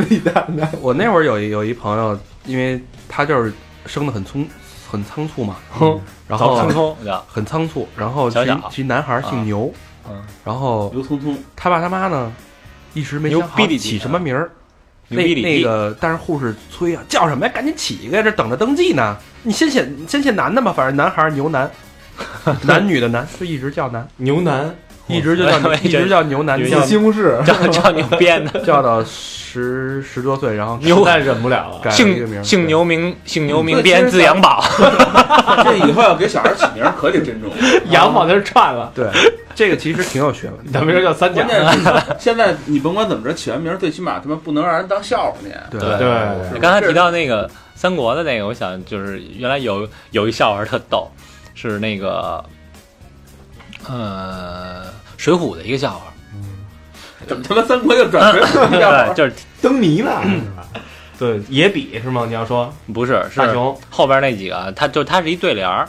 Speaker 3: 李大 男，
Speaker 2: 我那会儿有一有一朋友，因为他就是生的很匆很仓促嘛，然
Speaker 5: 曹
Speaker 2: 后
Speaker 5: 冲冲，我叫
Speaker 2: 很仓促，然后其
Speaker 5: 小
Speaker 2: 实
Speaker 5: 小
Speaker 2: 其实男孩儿姓牛，
Speaker 5: 嗯
Speaker 2: 然后
Speaker 6: 刘聪聪，
Speaker 2: 他爸他妈呢一直没
Speaker 5: 牛
Speaker 2: 想好
Speaker 5: 逼里
Speaker 2: 起
Speaker 5: 地
Speaker 2: 什么名儿。
Speaker 5: 牛逼
Speaker 2: 那
Speaker 5: 里
Speaker 2: 那
Speaker 5: 地
Speaker 2: 个，但是护士催啊，叫什么呀？赶紧起一个，这等着登记呢。你先写先写男的嘛，反正男孩儿牛男，男女的男，就一直叫男，
Speaker 4: 牛男，
Speaker 2: 一直就叫
Speaker 5: 我
Speaker 2: 牛
Speaker 5: 以为
Speaker 2: 一直叫牛男，
Speaker 5: 以为
Speaker 2: 叫
Speaker 3: 西红 柿，
Speaker 5: 叫叫牛编的，
Speaker 2: 叫到十十多岁，然后
Speaker 4: 牛太忍不了了，
Speaker 2: 改了一个名
Speaker 5: 姓
Speaker 2: 儿，
Speaker 5: 姓
Speaker 2: 对
Speaker 5: 牛名姓牛
Speaker 6: 嗯
Speaker 5: 名
Speaker 6: 对其
Speaker 5: 编
Speaker 6: 实
Speaker 5: 字 杨宝，
Speaker 6: 这以后要给小孩起名儿可得珍重。
Speaker 4: 羊往那儿串了，
Speaker 2: 对，这个其实挺有学问的。
Speaker 4: 咱们这叫三
Speaker 6: 关
Speaker 5: 啊
Speaker 4: 角，
Speaker 6: 键是现在你甭管怎么着，起完名儿最起码他妈不能让人当笑话念。
Speaker 2: 对
Speaker 5: 对
Speaker 4: 对，
Speaker 5: 你刚才提到那个三国的那个，我想就是原来有有一笑话特逗，是那个呃《水浒》的一个笑话，
Speaker 6: 怎么他妈三国又转成笑
Speaker 5: 对，
Speaker 6: 话？
Speaker 5: 就是
Speaker 3: 灯谜呢？
Speaker 5: 嗯
Speaker 4: 对野比是吗？你要说
Speaker 5: 不是
Speaker 4: 大
Speaker 5: 是
Speaker 4: 熊，
Speaker 5: 后边那几个，他就他是一对联儿，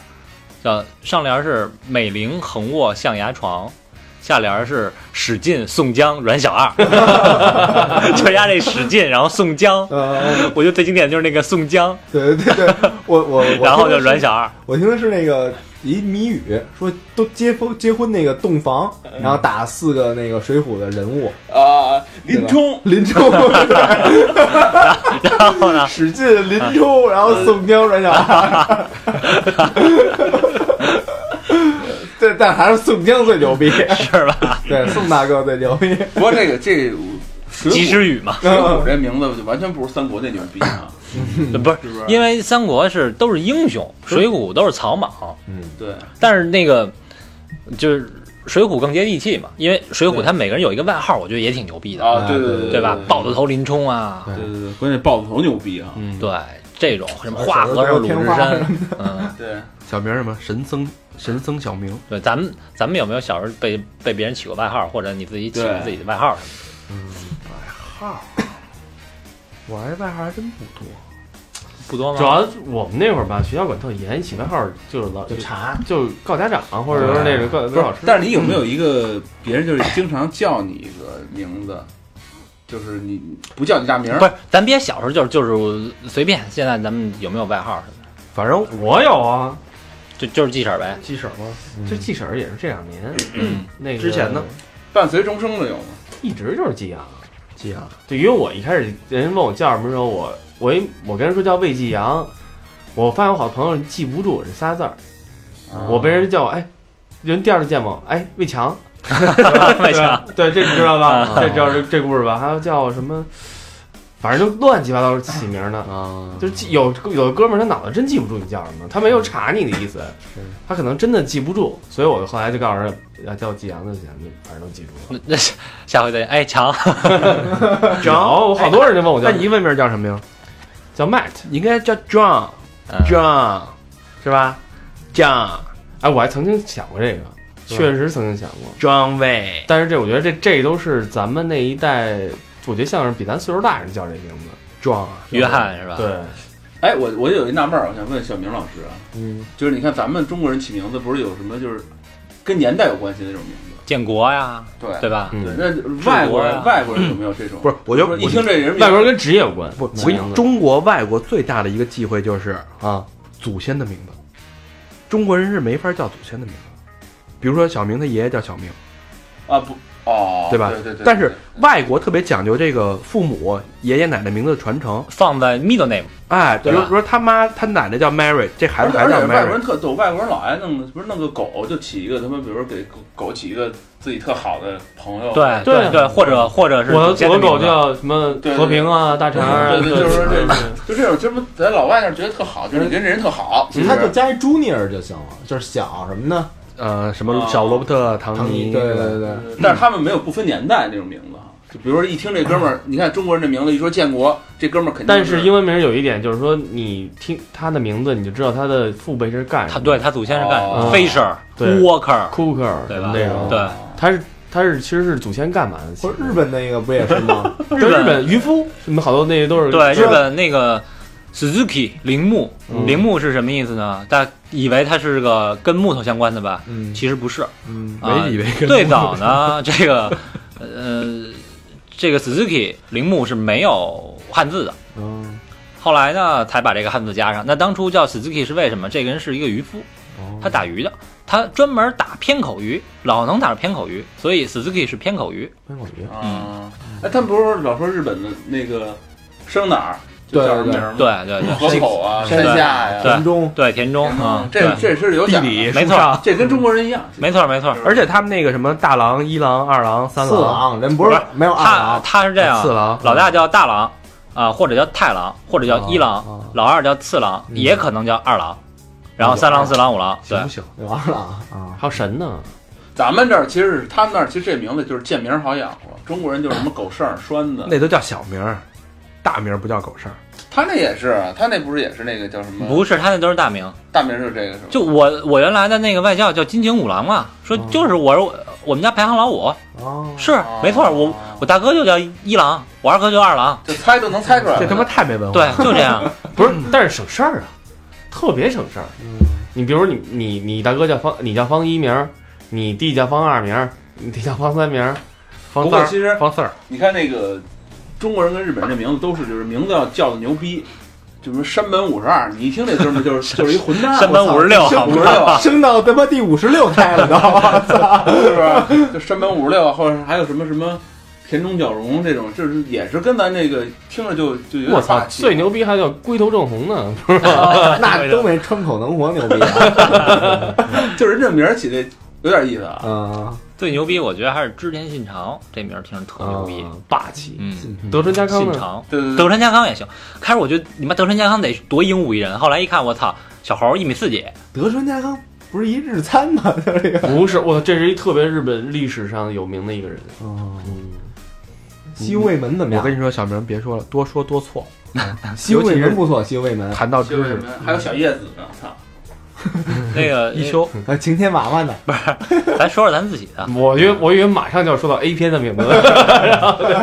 Speaker 5: 叫上联是美玲横卧象牙床。下联是史进、宋江、阮小二， 就压这史进，然后宋江，
Speaker 3: 呃，
Speaker 5: 我觉得最经典就是那个宋江，
Speaker 3: 对对对，我我我，
Speaker 5: 然后就阮小二，
Speaker 3: 我听的是那个一谜语，说都结婚结婚那个洞房，
Speaker 5: 嗯
Speaker 3: 然后打四个那个水浒的人物，
Speaker 6: 啊，林冲，
Speaker 3: 林 冲，
Speaker 5: 然后呢，
Speaker 3: 史进、林冲，然
Speaker 5: 嗯
Speaker 3: 后宋江、阮小二。 对，但还是宋江最牛逼，
Speaker 5: 是吧？
Speaker 3: 对，宋大哥最牛逼。
Speaker 6: 不过这个这个水
Speaker 5: 及
Speaker 6: 浒
Speaker 5: 时雨嘛，
Speaker 6: 水浒这名字就完全不如三国那牛逼啊，
Speaker 5: 不是
Speaker 6: 是不是？
Speaker 5: 因为三国是都是英雄，水浒都是草莽，
Speaker 6: 对，
Speaker 5: 但是那个就是水浒更接地气嘛，因为水浒他每个人有一个外号，我觉得也挺牛逼的，
Speaker 6: 啊，对对对
Speaker 5: 对吧？豹子头林冲啊，
Speaker 6: 对对对，关键豹子头牛逼啊！
Speaker 4: 嗯，
Speaker 5: 对这种什么花和尚鲁智深， 嗯，
Speaker 6: 对，
Speaker 2: 小名儿什么神僧神僧小明，
Speaker 5: 对，咱们咱们有没有小时候被被别人起过外号，或者你自己起过
Speaker 6: 对
Speaker 5: 自己的外号什么
Speaker 2: 嗯我这外号还真不多。
Speaker 5: 的？不多吗？
Speaker 4: 主要我们那会儿吧，学校管特严，起外号就是老就
Speaker 3: 查，
Speaker 4: 就告家长，或者说那个告
Speaker 6: 不
Speaker 4: 告
Speaker 6: 是
Speaker 4: 老师，，
Speaker 6: 但是你有没有一个别人就是经常叫你一个名字，就是你不叫你大名儿
Speaker 5: 不，是，咱别小时候就是就是随便，现在咱们有没有外号什么的？
Speaker 2: 反正
Speaker 4: 我有啊，
Speaker 5: 就就是记婶呗，
Speaker 2: 记婶儿吗？
Speaker 4: 这记婶儿也是这两年，那个
Speaker 2: 之前呢，
Speaker 6: 伴随终生的有吗？
Speaker 4: 一直就是记啊，
Speaker 2: 季阳，
Speaker 4: 对，因为我一开始人问我叫什么时候，我我一我跟人说叫魏继阳，我发现我好多朋友记不住这仨字儿，
Speaker 2: 啊
Speaker 4: 我被人叫我哎，人第二次见我哎魏强，
Speaker 5: 外强，
Speaker 4: 对，这你知道
Speaker 2: 啊
Speaker 4: 吧？这知道这这故事吧？还有叫我什么，反正就乱七八糟起名呢。
Speaker 6: 啊，
Speaker 4: 就是记有有的哥们儿，他脑子真记不住你叫什么，他没有查你的意思，他可能真的记不住，所以我就后来就告诉他，啊叫我季阳就行，你反正都记住了。
Speaker 5: 那下下回再见。哎，强，
Speaker 4: 然后我好多人就问我叫
Speaker 2: 哎那你英文名叫什么呀？
Speaker 4: 叫 Matt，
Speaker 2: 你应该叫 John
Speaker 5: 嗯
Speaker 2: John 是吧？John
Speaker 4: 哎，我还曾经想过这个，
Speaker 2: 是吧
Speaker 4: 确实曾经想过，
Speaker 2: John Way，
Speaker 4: 但是这我觉得这这都是咱们那一代，我觉得像是比咱岁数大人叫这名字。
Speaker 2: 壮
Speaker 5: 约翰是吧？
Speaker 4: 对，
Speaker 6: 哎，我我有一纳闷儿，我想问小明老师啊，
Speaker 4: 嗯，
Speaker 6: 就是你看咱们中国人起名字不是有什么就是跟年代有关系的那种名字？
Speaker 5: 建国呀，
Speaker 6: 对
Speaker 5: 对吧？
Speaker 4: 嗯
Speaker 6: 对，那外国
Speaker 5: 中国啊
Speaker 6: 人外国人有没有这种？
Speaker 2: 不是，我就
Speaker 6: 一听这人
Speaker 4: 外国人跟职业有关，
Speaker 2: 不，我跟你讲，中国外国最大的一个忌讳就是
Speaker 4: 啊，
Speaker 2: 祖先的名字，中国人是没法叫祖先的名字，比如说小明他爷爷叫小明，
Speaker 6: 啊不哦，
Speaker 2: 对吧
Speaker 6: 对对对，
Speaker 2: 但是外国特别讲究这个父母爷爷奶奶名字的传承，
Speaker 5: 放在 middle name，
Speaker 2: 哎，比
Speaker 5: 对
Speaker 2: 如
Speaker 5: 吧
Speaker 2: 说他妈他奶奶叫 Mary，这孩
Speaker 6: 而
Speaker 2: 子
Speaker 6: 且
Speaker 2: 还
Speaker 6: 而且
Speaker 2: 叫
Speaker 6: 外国人
Speaker 2: Mary，
Speaker 6: 特逗，外国人老爱弄，不是弄个狗就起一个他妈，比如说给狗狗起一个自己特好的朋友，哎
Speaker 4: 对
Speaker 5: 对对对，或者或者是
Speaker 4: 我
Speaker 5: 祖先
Speaker 4: 的我的
Speaker 5: 名
Speaker 4: 狗
Speaker 5: 字
Speaker 4: 叫什么
Speaker 6: 对对
Speaker 4: 和平啊、大肠啊，
Speaker 6: 对对对就是说这
Speaker 4: 对
Speaker 6: 就这种，这不在老外那儿觉得特好，就是你跟这人特好，其实
Speaker 3: 他就加一 junior 就行了，就是小什么呢？
Speaker 2: 呃，什么小罗伯特唐
Speaker 3: 唐
Speaker 2: 尼，
Speaker 3: 尼，对对对对，
Speaker 6: 但是他们没有不分年代这种名字啊，就比如说一听这哥们儿，你看中国人这名字一说建国，这哥们儿肯定。
Speaker 4: 但是
Speaker 6: 是
Speaker 4: 英文名有一点就是说，你听他的名字，你就知道他的父辈是干什
Speaker 5: 他
Speaker 4: 么。
Speaker 5: 对他祖先是干什么
Speaker 6: 哦
Speaker 5: ？Fisher、
Speaker 4: 对
Speaker 5: Walker，
Speaker 4: ，Cooker
Speaker 5: 对
Speaker 4: 什
Speaker 5: 吧
Speaker 4: 么那种，
Speaker 5: 对，
Speaker 6: 啊
Speaker 4: 他是他是其实是祖先干嘛的？
Speaker 3: 或者日本那个不也是吗？
Speaker 4: 对
Speaker 5: 日本
Speaker 4: 日本渔夫，你们好多那些都是
Speaker 5: 对，
Speaker 4: 知
Speaker 5: 日
Speaker 4: 道
Speaker 5: 本那个 Suzuki 铃木，
Speaker 4: 嗯
Speaker 5: 铃木是什么意思呢？大家以为它是个跟木头相关的吧？
Speaker 3: 嗯
Speaker 5: 其实不是。
Speaker 3: 嗯
Speaker 5: 啊
Speaker 2: 没以为跟
Speaker 5: 最早呢， 这个呃，这个 Suzuki 铃木是没有汉字的，
Speaker 3: 嗯，
Speaker 5: 后来呢才把这个汉字加上。那当初叫 Suzuki 是为什么？这个人是一个渔夫，
Speaker 3: 哦
Speaker 5: 他打鱼的，他专门打偏口鱼，老能打偏口鱼，所以 Suzuki 是偏口鱼。
Speaker 4: 哎我觉得
Speaker 5: 嗯
Speaker 6: 啊，哎，他们不是老说日本的那个生哪儿就叫什么名儿吗？
Speaker 5: 对对对，
Speaker 6: 河口啊，
Speaker 3: 对
Speaker 6: 山下呀，
Speaker 5: 对
Speaker 3: 田中
Speaker 5: 对田中啊，
Speaker 6: 嗯这
Speaker 5: 对
Speaker 6: 这是有
Speaker 2: 地
Speaker 6: 讲的
Speaker 2: 理，
Speaker 5: 没错啊嗯
Speaker 2: 书上
Speaker 6: 这跟中国人一样，
Speaker 5: 没错没错。
Speaker 2: 而且他们那个什么大郎、一郎、二郎、啊三啊
Speaker 3: 四
Speaker 4: 啊
Speaker 2: 郎、
Speaker 3: 郎，人不是没有二
Speaker 5: 他
Speaker 3: 啊郎，
Speaker 5: 他是这样，
Speaker 2: 四郎，
Speaker 5: 老大叫大郎啊，或者叫太郎，或者叫一郎，
Speaker 2: 啊
Speaker 5: 老二叫次郎，也可能叫二郎，然后三郎、四郎、五郎，对
Speaker 2: 行不行？
Speaker 3: 有二郎啊，
Speaker 4: 还有神呢，
Speaker 6: 咱们这儿其实是他们那儿其实这名字就是见名儿好养活，中国人就是什么狗剩儿栓子，
Speaker 2: 那都叫小名儿，大名儿不叫狗剩儿。
Speaker 6: 他那也是，啊他那不是也是那个叫什么？
Speaker 5: 不是他那都是大名。
Speaker 6: 大名就是这个是吧？
Speaker 5: 就我我原来的那个外教叫金井五郎嘛，说就是我是我们家排行老五，
Speaker 3: 哦，
Speaker 5: 是没错，我我大哥就叫一郎，我二哥就二郎，
Speaker 6: 啊就猜都能猜出来了，
Speaker 2: 这他妈太没文化
Speaker 5: 对
Speaker 2: 了。，嗯
Speaker 5: 就这样。
Speaker 4: 不是，但是省事儿啊，特别省事儿。你比如你你你大哥叫方，你叫方一名儿，你弟叫方二名儿，你弟叫方三名儿，方
Speaker 6: 不
Speaker 4: 三
Speaker 6: 过
Speaker 4: 儿
Speaker 6: 其实
Speaker 2: 方四儿，
Speaker 6: 你看那个中国人跟日本人这名字都是，就是名字要叫的牛逼，就什么山本五十二，你一听这哥们儿就是 就是一混蛋，
Speaker 5: 山本五十六，好
Speaker 6: 哦五十
Speaker 5: 吗？
Speaker 6: 六，啊
Speaker 3: 升到他妈第五十六开了都，
Speaker 6: 是不是？就山本五十六，啊或者还有什么什么田中角荣这种，就是也是跟咱这个听着就就有
Speaker 4: 我
Speaker 6: 点
Speaker 4: 操
Speaker 6: 霸，气。啊
Speaker 4: 最牛逼还叫龟头正红呢，
Speaker 3: 那东北川口能活牛逼啊，
Speaker 6: 就是人这名儿起的有点意思 啊。
Speaker 3: 嗯，
Speaker 5: 最牛逼，我觉得还是织田信长这名儿听着特牛逼
Speaker 4: 啊，霸气。
Speaker 5: 嗯，
Speaker 4: 德川家康
Speaker 5: 信
Speaker 4: 呢？
Speaker 5: 长。
Speaker 6: 对对对，
Speaker 5: 德川家康也行。开始我觉得你妈德川家康得多英武一人，后来一看，我操，小猴一米四几，
Speaker 3: 德川家康不是一日餐吗？就是这个
Speaker 4: 不是，我这是一特别日本历史上有名的一个人。
Speaker 3: 哦
Speaker 4: 嗯，
Speaker 3: 西卫门怎么
Speaker 2: 我跟
Speaker 3: 样？
Speaker 2: 你说，小明别说了，多说多错。
Speaker 3: 西卫门不错，西卫门
Speaker 2: 谈到
Speaker 6: 就
Speaker 2: 知
Speaker 6: 是
Speaker 2: 识，
Speaker 6: 还有小叶子啊呢，操！
Speaker 5: 那个
Speaker 2: 一，休
Speaker 3: 啊，晴天娃娃呢？
Speaker 5: 咱说说咱自己的。
Speaker 4: 我以为我以为马上就要说到 A 片的名字 了，然后对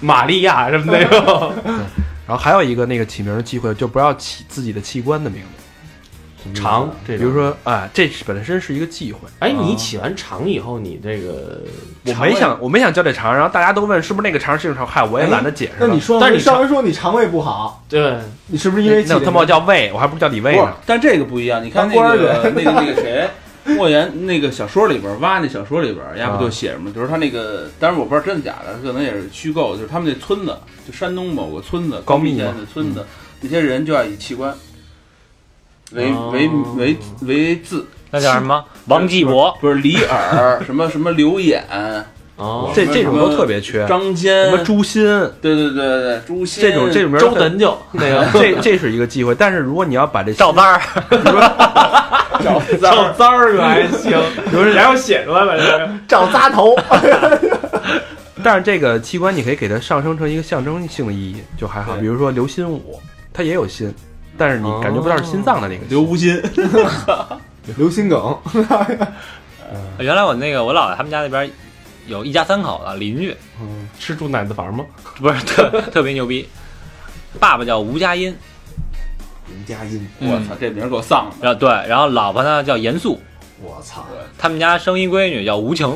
Speaker 4: 玛利亚什么那种。
Speaker 2: 然后还有一个那个起名的忌讳，就不要起自己的器官的名字，
Speaker 4: 长，
Speaker 2: 比
Speaker 4: 嗯这种
Speaker 2: 如说，哎，这是本身是一个忌讳。
Speaker 4: 哎，你起完肠以后，你这个
Speaker 2: 我
Speaker 4: 肠
Speaker 2: 没
Speaker 4: 胃，
Speaker 2: 想，我没想叫这肠，然后大家都问是不是那个肠是那个肠，嗨，我也懒得解释
Speaker 3: 那
Speaker 2: 了
Speaker 3: 你。说，
Speaker 4: 但是你
Speaker 3: 上回说你肠胃不好，
Speaker 4: 对，
Speaker 3: 你是不是因为
Speaker 2: 那他妈
Speaker 3: 妈
Speaker 2: 叫胃，我还不如叫李
Speaker 6: 不
Speaker 2: 胃
Speaker 6: 是
Speaker 2: 呢。，
Speaker 6: 但这个不一样，你看那
Speaker 3: 当官
Speaker 6: 个
Speaker 3: 儿
Speaker 6: 那个那个谁，莫言那个小说里边，挖那小说里边，要
Speaker 2: 啊
Speaker 6: 不就写什么，就是他那个，当然我不知道真的假的，可能也是虚构，就是他们那村子，就山东某个村子，高密县的村
Speaker 2: 嗯
Speaker 6: 子，那些人就要以器官为为为为字，
Speaker 5: 那叫什么？王继博，
Speaker 6: 不是李耳，什么什么刘 演，
Speaker 4: 哦，
Speaker 2: 这这种都特别缺，
Speaker 6: 张
Speaker 2: 什
Speaker 6: 坚，
Speaker 2: 么诛心
Speaker 6: 对对对对对，朱熹
Speaker 2: 这种这种名儿
Speaker 4: 周
Speaker 2: 特
Speaker 4: 掸就那个
Speaker 2: 这这是一个机会，但是如果你要把这
Speaker 5: 赵班儿，
Speaker 6: 找字
Speaker 4: 赵三儿可还行，然后写出来吧，这个
Speaker 3: 照扎头，
Speaker 2: 但是这个器官你可以给它上升成一个象征性的意义，就还好。
Speaker 6: 对
Speaker 2: 比如说刘心武，他也有心，但是你感觉不到是心脏的那个心
Speaker 6: 刘无心，
Speaker 3: 流心梗，
Speaker 5: 原来我那个我姥爷他们家那边有一家三口的邻居，
Speaker 2: 嗯
Speaker 4: 吃住奶子房吗？
Speaker 5: 不是特特别牛逼，爸爸叫吴佳音，
Speaker 3: 林佳音，
Speaker 6: 我操，这名儿够丧的，
Speaker 5: 然后对，然后老婆呢叫严素，
Speaker 3: 我操，
Speaker 5: 他们家生一闺女叫吴晴，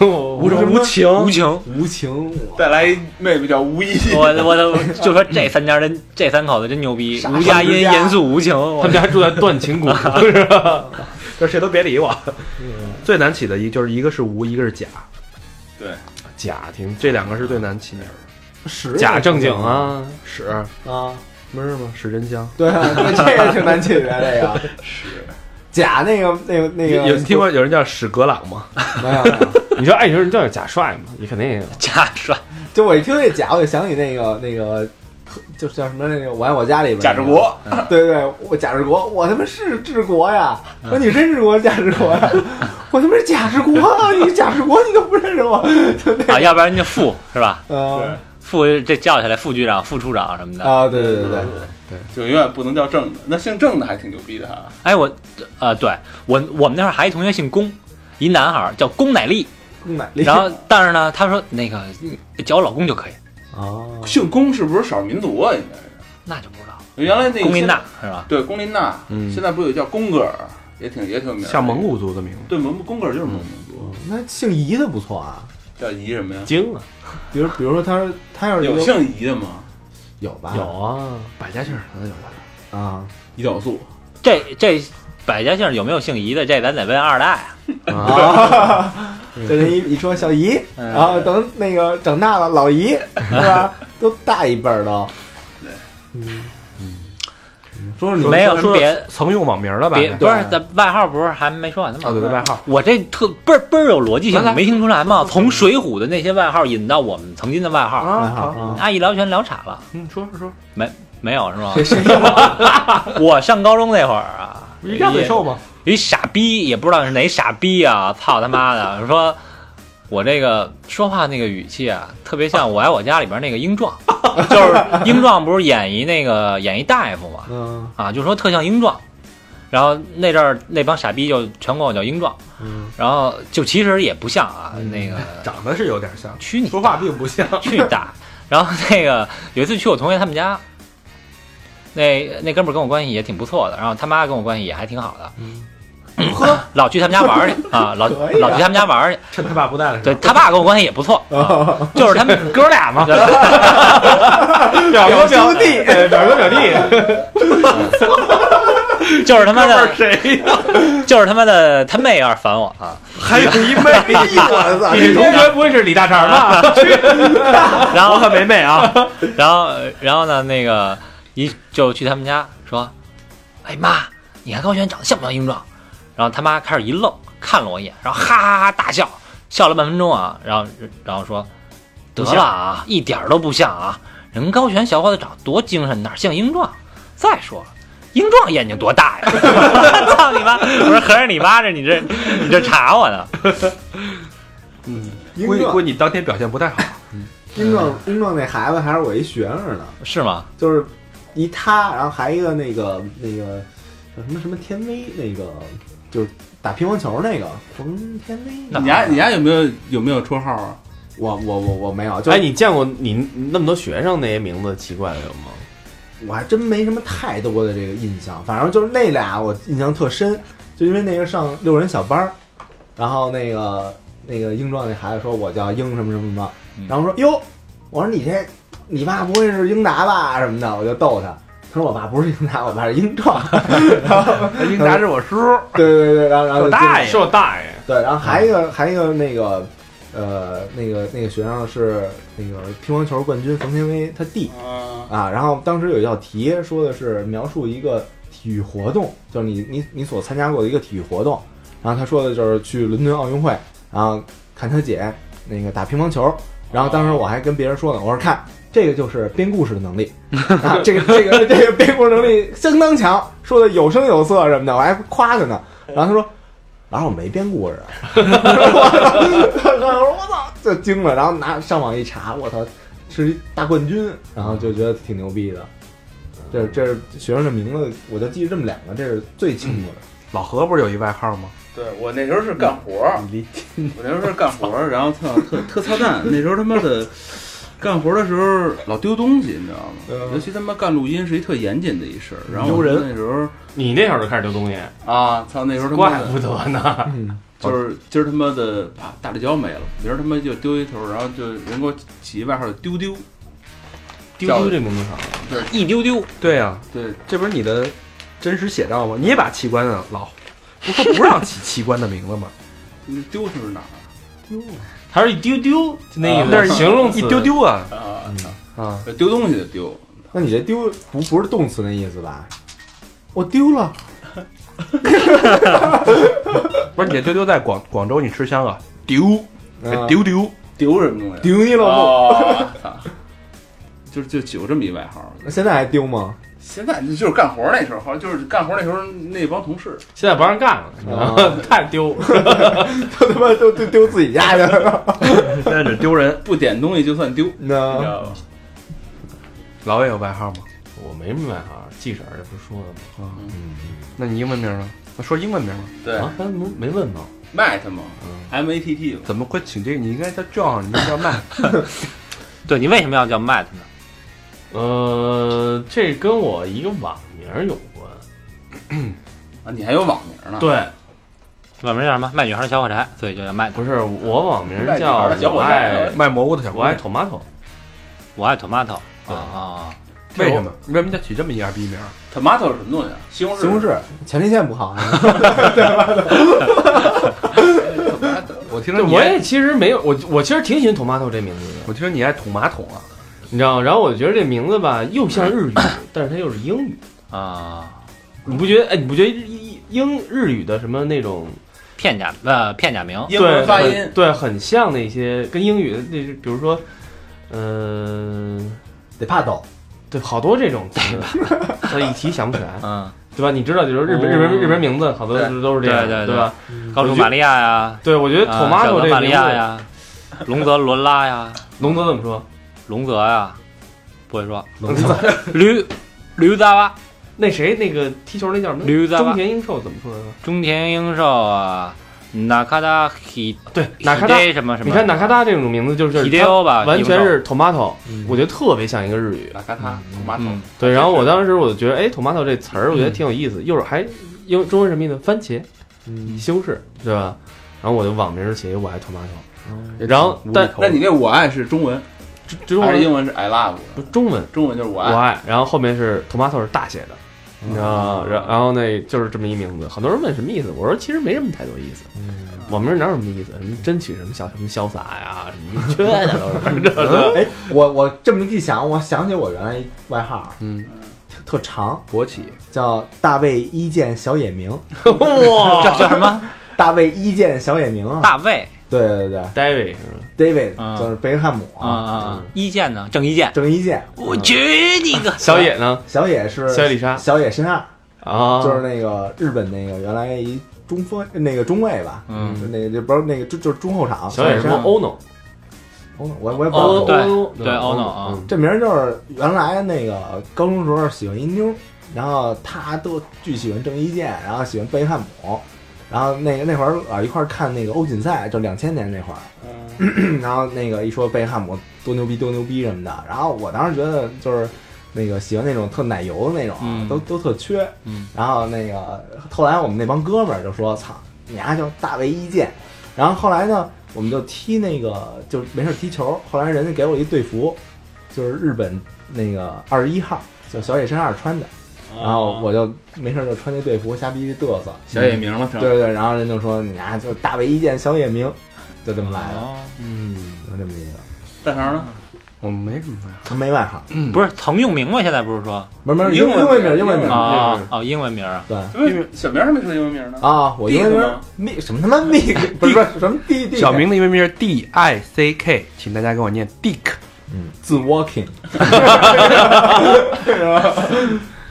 Speaker 2: 无
Speaker 3: 什么
Speaker 2: 无情，
Speaker 5: 吴晴。
Speaker 3: 无情，我
Speaker 6: 再来一妹妹叫吴 一，
Speaker 5: 我我就说这三家人，这三口子真牛逼，
Speaker 3: 傻
Speaker 5: 吴佳音、
Speaker 3: 傻家
Speaker 5: 严素、吴晴，
Speaker 4: 他
Speaker 5: 我
Speaker 4: 们家住在断情 谷，是吧？
Speaker 2: 就是谁都别理我。最难起的一就是一个是无，一个是甲，
Speaker 4: 假挺
Speaker 2: 这两个是最难起名儿的。
Speaker 3: 实
Speaker 4: 假正经啊，
Speaker 2: 史
Speaker 3: 啊，
Speaker 2: 不是吗？史真香。
Speaker 3: 对啊，对这个挺难解决，这个是假那个那个那
Speaker 2: 有
Speaker 3: 个，
Speaker 2: 有你听过有人叫史格朗吗？
Speaker 3: 没有？没有
Speaker 4: 你知道爱情人叫假帅吗？你肯定也
Speaker 5: 家帅，
Speaker 3: 就我一听这假，我就想起那个那个。就是叫什么那个《我爱我家》里边，
Speaker 6: 贾志国，
Speaker 3: 对对，我贾志国，我他妈是治国呀！我说你真治国，贾志国呀！我他妈是贾志国啊！你贾志国你都不认识我，就那
Speaker 5: 啊，要不然就副是吧？
Speaker 3: 呃
Speaker 5: 副这叫起来副局长、副处长什么的。
Speaker 3: 啊，对对对对，
Speaker 6: 就永远不能叫正的。那姓郑的还挺牛逼的哈，
Speaker 5: 哎，我呃，对我我们那会儿还一同学姓龚，一男孩儿叫龚乃利，
Speaker 3: 买了一
Speaker 5: 然后但是呢，他说那个嗯叫我老公就可以，
Speaker 3: 哦，
Speaker 6: 姓龚是不是少数民族啊？应该是
Speaker 5: 那就不知道。
Speaker 6: 原来那个
Speaker 5: 龚琳娜是吧？
Speaker 6: 对，龚琳娜，
Speaker 2: 嗯
Speaker 6: 现在不是有叫龚格尔，也挺也挺有名，
Speaker 2: 像蒙，古族的名字。
Speaker 6: 对，蒙古龚格尔就是蒙古族，
Speaker 3: 那姓夷的不错啊，
Speaker 6: 叫夷什么呀？
Speaker 4: 精啊，
Speaker 3: 比如比如说他说他要是
Speaker 6: 有
Speaker 3: 有
Speaker 6: 姓夷的吗？
Speaker 3: 有吧
Speaker 4: 有啊，
Speaker 2: 百家姓儿可能有吧。
Speaker 3: 啊，
Speaker 6: 胰岛素，
Speaker 5: 这这百家姓有没有姓夷的？这咱得问二代啊。
Speaker 3: 啊，这人一一说小姨，然后等那个长大了老姨是吧？都大一辈儿都。嗯
Speaker 2: 说
Speaker 5: 你没有说别
Speaker 2: 曾用网名了吧？
Speaker 5: 别
Speaker 2: 啊，
Speaker 5: 不是，咱外号不是还没说完呢吗？
Speaker 2: 对，外号。
Speaker 5: 我这特倍儿倍儿有逻辑性，
Speaker 2: 来来
Speaker 5: 你没听出来吗？从《水浒》的那些外号引到我们曾经的外号，
Speaker 2: 啊，
Speaker 3: 好
Speaker 2: 好，
Speaker 5: 阿姨聊拳聊岔了，
Speaker 2: 嗯，说说，
Speaker 5: 没有是吗？
Speaker 3: 谁谁
Speaker 5: 我上高中那会儿啊，
Speaker 2: 你鸭嘴兽吗？
Speaker 5: 有一傻逼，也不知道是哪傻逼啊！操他妈的，说我这个说话那个语气啊，特别像《我爱我家》里边那个英壮，就是英壮不是演一那个演一大夫嘛，
Speaker 3: 嗯
Speaker 5: 啊，就说特像英壮。然后那阵儿那帮傻逼就全管我叫英壮，
Speaker 3: 嗯，
Speaker 5: 然后就其实也不像啊，那个
Speaker 2: 呃长得是有点像，
Speaker 5: 去你
Speaker 2: 说话并不像。
Speaker 5: 去你大！ 然后那个有一次去我同学他们家，那那哥们儿跟我关系也挺不错的，然后他妈跟我关系也还挺好的，呵， 老去他们家玩儿去啊，老
Speaker 3: 可以啊
Speaker 5: 老去他们家玩儿去。
Speaker 2: 趁他爸不在的时哦
Speaker 5: 对他爸跟我关系也不错，
Speaker 3: 啊，
Speaker 5: 就是 他们哥俩嘛。对
Speaker 4: 表哥表
Speaker 3: 兄弟
Speaker 4: 呃表哥表弟，
Speaker 5: 就是他 妈的谁就是他妈的他妹有点烦我啊。
Speaker 2: 候，还有一妹，
Speaker 3: 我操，
Speaker 4: 你同学不会是李大肠吧？
Speaker 5: 然后我可没妹啊。然后然后呢，那个一就去他们家说，哎妈，你看高轩长得像不像英壮？然后他妈开始一愣，看了我一眼，然后哈哈哈大笑，笑了半分钟啊，然后然后说，得了啊，一点儿都不像啊，人高轩小伙子长得多精神，哪像英壮？再说了。英壮眼睛多大 呀！操你妈！我说合着你妈这你这你这查我呢？
Speaker 3: 英
Speaker 2: 估计估
Speaker 3: 壮
Speaker 2: 计你当天表现不太好。
Speaker 3: 英壮英壮那孩子还是我一学生呢，
Speaker 5: 是吗？
Speaker 3: 就是一他，然后还一个那个那个叫什么什么天威那个就是。打乒乓球那个冯天威，
Speaker 5: 那
Speaker 6: 你家你家有没有有没有绰号啊？
Speaker 3: 我我我我没有，就
Speaker 4: 哎，你见过你你那么多学生那些名字奇怪的有 吗？
Speaker 3: 我还真没什么太多的这个印象，反正就是那俩我印象特深，就因为那个上六人小班儿，然后那个那个英壮那孩子说我叫英什么什么什
Speaker 2: 嗯
Speaker 3: 么，然后说哟，我说你这你爸不会是英达吧什么的，我就逗他，他说我爸不是英达，我爸是 英壮。 然后
Speaker 2: 英达是我叔，
Speaker 3: 对对对，然后然后就进
Speaker 2: 大爷
Speaker 4: 呃是我大爷，
Speaker 3: 对，然后还一个还一个那个呃那个那个学生是那个乒乓球冠军冯天薇他弟啊，然后当时有一道题说的是描述一个体育活动，就是你你你所参加过的一个体育活动，然后他说的就是去伦敦奥运会，然后看他姐那个打乒乓球，然后当时我还跟别人说呢，我说看。这个就是编故事的能力啊！这个这个这个编故事能力相当强，说的有声有色什么的，我还夸他呢。然后他说：“然后我没编 故事。我操！我操！就惊了，然后拿上网一查，我操，是一大冠军，然后就觉得挺牛逼的。这这是学生的名字，我就记这么两个，这是最清楚的。
Speaker 2: 老何不是有一外号吗？
Speaker 6: 对我那时候是干活儿，
Speaker 3: 你
Speaker 6: 我那时候是干活 儿，然后特特特操 蛋。那时候他妈的干活儿的时候老丢东西，你知道吗？
Speaker 3: 嗯
Speaker 6: 尤其他妈干录音是一特严谨的一事儿。然后
Speaker 2: 丢人
Speaker 6: 我那时候
Speaker 4: 你那会儿就开始丢东西，
Speaker 6: 啊，操，那时候他妈
Speaker 4: 怪
Speaker 6: 的
Speaker 4: 不得 呢。
Speaker 3: 嗯
Speaker 6: 就是今儿他妈的啊大力胶没了，明儿他妈就丢一头儿，然后就人给我起一外号儿丢丢，
Speaker 4: 丢丢这名字好，
Speaker 5: 一丢丢，
Speaker 2: 对啊呀，
Speaker 6: 对，
Speaker 2: 这不是你的真实写照吗？你也把器官啊，老不是不让起器官的名字吗？
Speaker 6: 那丢是哪儿
Speaker 4: 还是一丢丢，就 那
Speaker 2: 那啊是
Speaker 4: 一形容词，
Speaker 2: 一丢丢啊
Speaker 6: 啊？
Speaker 2: 啊！
Speaker 6: 啊，丢东西的丢，
Speaker 3: 那你这丢不不是动词那意思吧？我丢了，
Speaker 2: 不是你这丢丢在广广州你吃香啊？丢哎
Speaker 3: 啊
Speaker 2: 丢丢，
Speaker 6: 丢什么东西？
Speaker 3: 丢你了
Speaker 6: 哦，操！就就有这么一外号儿。
Speaker 3: 不？现在还丢吗？
Speaker 6: 现在就是干活儿那时候，就是干活儿那时候那帮同事，
Speaker 4: 现在不让干了你知道吗，太丢 了。
Speaker 3: 都啊 他妈都丢丢自己家去了。
Speaker 2: 现在只丢人。
Speaker 6: 不点东西就算丢，你知
Speaker 3: 那
Speaker 6: 道吧？
Speaker 2: 老也有外号吗？
Speaker 4: 我没什么外号，记婶儿这不是说了吗？嗯
Speaker 2: 那你英文名呢？说英文名吗？
Speaker 6: 对
Speaker 4: 啊，刚才没没问吗？
Speaker 6: ，Matt 嘛
Speaker 4: 嗯
Speaker 6: ，M A T T 嘛，
Speaker 2: 怎么会请这个？你应该叫 John，你应该叫 Matt。
Speaker 5: 对你为什么要叫 Matt 呢？
Speaker 4: 呃，这跟我一个网名儿有关。
Speaker 6: 啊，你还有网名呢？，
Speaker 4: 对，
Speaker 5: 网名叫什么？卖女孩的小火柴，所以就叫 Matt。
Speaker 4: 不是我网名儿
Speaker 6: 卖女
Speaker 4: 叫
Speaker 6: 孩的小
Speaker 4: 我
Speaker 6: 伙
Speaker 4: 爱
Speaker 6: 伴，
Speaker 2: 卖蘑菇的小
Speaker 4: 我爱
Speaker 2: 乖，
Speaker 4: tomato，
Speaker 5: 我爱 tomato。
Speaker 4: 对
Speaker 5: 啊
Speaker 2: 为什么？为什么叫起这么一二逼名？
Speaker 6: tomato 是什么东西啊？西红柿。
Speaker 3: 西红柿前列腺不好啊，
Speaker 6: tomato
Speaker 2: 我听
Speaker 4: 对
Speaker 2: 说你
Speaker 4: 我
Speaker 2: 爱，
Speaker 4: 也其实没有，我我其实挺喜欢 tomato 这名字的，
Speaker 2: 我听说你爱捅马桶啊。
Speaker 4: 你知道吗？然后我觉得这名字吧，又像 日语，但是它又是英语，
Speaker 5: 啊，
Speaker 4: 你不觉得？哎，你不觉得英英日语的什么那种
Speaker 5: 片假呃片假名
Speaker 6: 英文发
Speaker 4: 对
Speaker 6: 音
Speaker 4: 很，对，很像那些跟英语的那，比如说，呃，
Speaker 3: 得怕抖。
Speaker 4: 对，好多这种词，他一提想不起 来，
Speaker 5: 嗯，
Speaker 4: 对吧？你知道，就是日
Speaker 2: 哦
Speaker 4: 本、日本日本名字好多
Speaker 5: 对
Speaker 4: 都是这样，
Speaker 5: 对对对
Speaker 4: 吧？
Speaker 5: 高
Speaker 4: 嗯我
Speaker 5: 露
Speaker 4: 觉
Speaker 5: 玛利亚呀，
Speaker 4: 对，我觉得
Speaker 5: 啊小
Speaker 4: tomato
Speaker 5: 泽
Speaker 4: 这个
Speaker 5: 玛利
Speaker 4: 名
Speaker 5: 亚
Speaker 4: 字，
Speaker 5: 呀，龙泽伦拉呀，
Speaker 4: 龙泽怎么说？
Speaker 5: 龙泽呀，不会说驴驴杂哇，
Speaker 4: 那谁那个踢球那叫什么？
Speaker 5: 驴子吧
Speaker 4: 中田英寿怎么说来着？
Speaker 5: 中田英寿啊，纳卡达希
Speaker 4: 对，
Speaker 5: 希
Speaker 4: 哪卡达，
Speaker 5: 爹什么什么，
Speaker 4: 你看哪卡达这种名字就是
Speaker 5: 希爹欧吧，
Speaker 4: 完全
Speaker 5: 英寿
Speaker 4: 是 tomato，我觉得特别像一个日语。
Speaker 6: 拉卡塔
Speaker 3: 嗯
Speaker 6: tomato，
Speaker 5: 嗯
Speaker 4: 对，然后我当时我就觉得，哎，tomato 这词儿我觉得挺有意思，又是还英中文什么意思？番茄。
Speaker 3: 嗯，
Speaker 4: 修饰，对吧？然后我就网名儿写我爱 tomato，然后但
Speaker 6: 那你那我爱是中文
Speaker 4: 中中
Speaker 6: 还是
Speaker 4: 文
Speaker 6: 英文是 I love？
Speaker 4: 不中文
Speaker 6: 中文就是我
Speaker 4: 我
Speaker 6: 爱。
Speaker 4: 爱，然后后面是 tomato 是大写的，你知道吗？然然后那就是这么一名字，很多人问什么意思，我说其实没什么太多意思，网名儿哪有什么意思？什么争取什么潇什么潇洒呀，什么缺的都是这这，
Speaker 3: 哎，我我这么一想，我想起我原来一外号，
Speaker 2: 嗯，
Speaker 3: 特特长，
Speaker 2: 勃起，
Speaker 3: 叫大卫一剑小野明，
Speaker 5: 叫叫什么？
Speaker 3: 大卫一剑小野明啊，
Speaker 5: 大卫
Speaker 3: 对对对
Speaker 4: David 是吧？
Speaker 3: ，David
Speaker 5: 啊
Speaker 3: 就是贝克汉姆
Speaker 5: 啊啊，
Speaker 4: 嗯
Speaker 5: 啊！一剑呢？郑伊健，
Speaker 3: 郑伊健，
Speaker 5: 我去你个！
Speaker 4: 小野呢？
Speaker 3: 小野是
Speaker 4: 小野丽莎
Speaker 3: 小野伸二，
Speaker 2: 嗯
Speaker 4: 啊，
Speaker 3: 就是那个日本那个原来一中锋那个中卫吧，
Speaker 5: 嗯
Speaker 3: 就那个就不是那个就就是中后场，
Speaker 4: 小野
Speaker 3: 伸
Speaker 4: 什
Speaker 3: 二
Speaker 4: 么 Ono
Speaker 3: 哦我我也不知
Speaker 5: 哦
Speaker 3: 道
Speaker 4: 欧
Speaker 5: 对
Speaker 4: 欧
Speaker 5: 对
Speaker 4: 欧
Speaker 5: ，Ono 啊
Speaker 4: 嗯
Speaker 3: 这名儿就是原来那个高中时候喜欢一妞儿，然后她都巨喜欢郑伊健，然后喜欢贝克汉姆，然后那个那会儿啊一块儿看那个欧锦赛，就两千年那会儿，
Speaker 5: 嗯
Speaker 3: 然后那个一说贝克汉姆多牛逼多牛逼什么的，然后我当时觉得就是那个喜欢那种特奶油的那种，
Speaker 5: 嗯
Speaker 3: 都都特缺，
Speaker 5: 嗯
Speaker 3: 然后那个后来我们那帮哥们儿就说：“操，你丫叫大卫一剑。”然后后来呢，我们就踢那个就没事踢球。后来人家给我一队服，就是日本那个二十一号，就小野身上穿的，然后我就没事就穿那队服瞎逼逼嘚瑟，
Speaker 6: 小野明嘛，
Speaker 3: 对对对，然后人就说你啊，就大卫一见小野明，就这么来的，
Speaker 6: 嗯，
Speaker 3: 就这么一个，
Speaker 6: 大肠呢？
Speaker 2: 我没什么呀，
Speaker 3: 没外号，
Speaker 4: 嗯
Speaker 5: 不是曾用明吗？现在不是说
Speaker 3: 没没
Speaker 6: 英
Speaker 3: 英
Speaker 6: 文
Speaker 3: 文名英文名
Speaker 6: 英文名
Speaker 4: 嗯
Speaker 5: 啊哦，英文名儿啊，
Speaker 3: 对。
Speaker 6: 为小明还没说英文名呢。
Speaker 3: 啊，我英文名儿 Nick 什么他妈 Nick 不是不是什么嗯 D D
Speaker 2: 小明的英文名是 D I C K，请大家给我念 Dick。
Speaker 3: 嗯自 Walking，